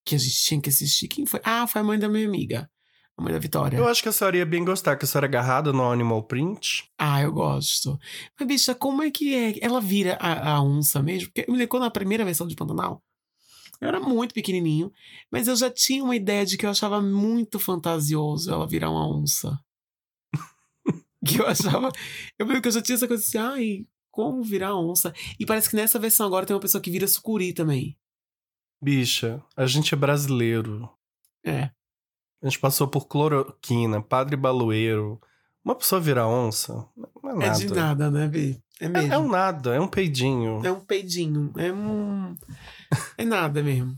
[SPEAKER 2] Que a gente tinha que assistir. Quem foi? Ah, foi a mãe da minha amiga. A mãe da Vitória.
[SPEAKER 1] Eu acho que a senhora ia bem gostar, que a senhora é agarrada no Animal Print.
[SPEAKER 2] Ah, eu gosto. Mas, bicha, como é que é? Ela vira a, a onça mesmo? Porque eu me lembro quando na primeira versão de Pantanal. Eu era muito pequenininho, mas eu já tinha uma ideia de que eu achava muito fantasioso ela virar uma onça. que eu achava. Eu lembro que eu já tinha essa coisa assim, ai, como virar onça? E parece que nessa versão agora tem uma pessoa que vira sucuri também.
[SPEAKER 1] Bicha, a gente é brasileiro.
[SPEAKER 2] É.
[SPEAKER 1] A gente passou por cloroquina, padre baloeiro. Uma pessoa virar onça, não é nada.
[SPEAKER 2] É de nada, né, Bi? É
[SPEAKER 1] É,
[SPEAKER 2] mesmo.
[SPEAKER 1] é um nada, é um peidinho.
[SPEAKER 2] É um peidinho. É um. É nada mesmo.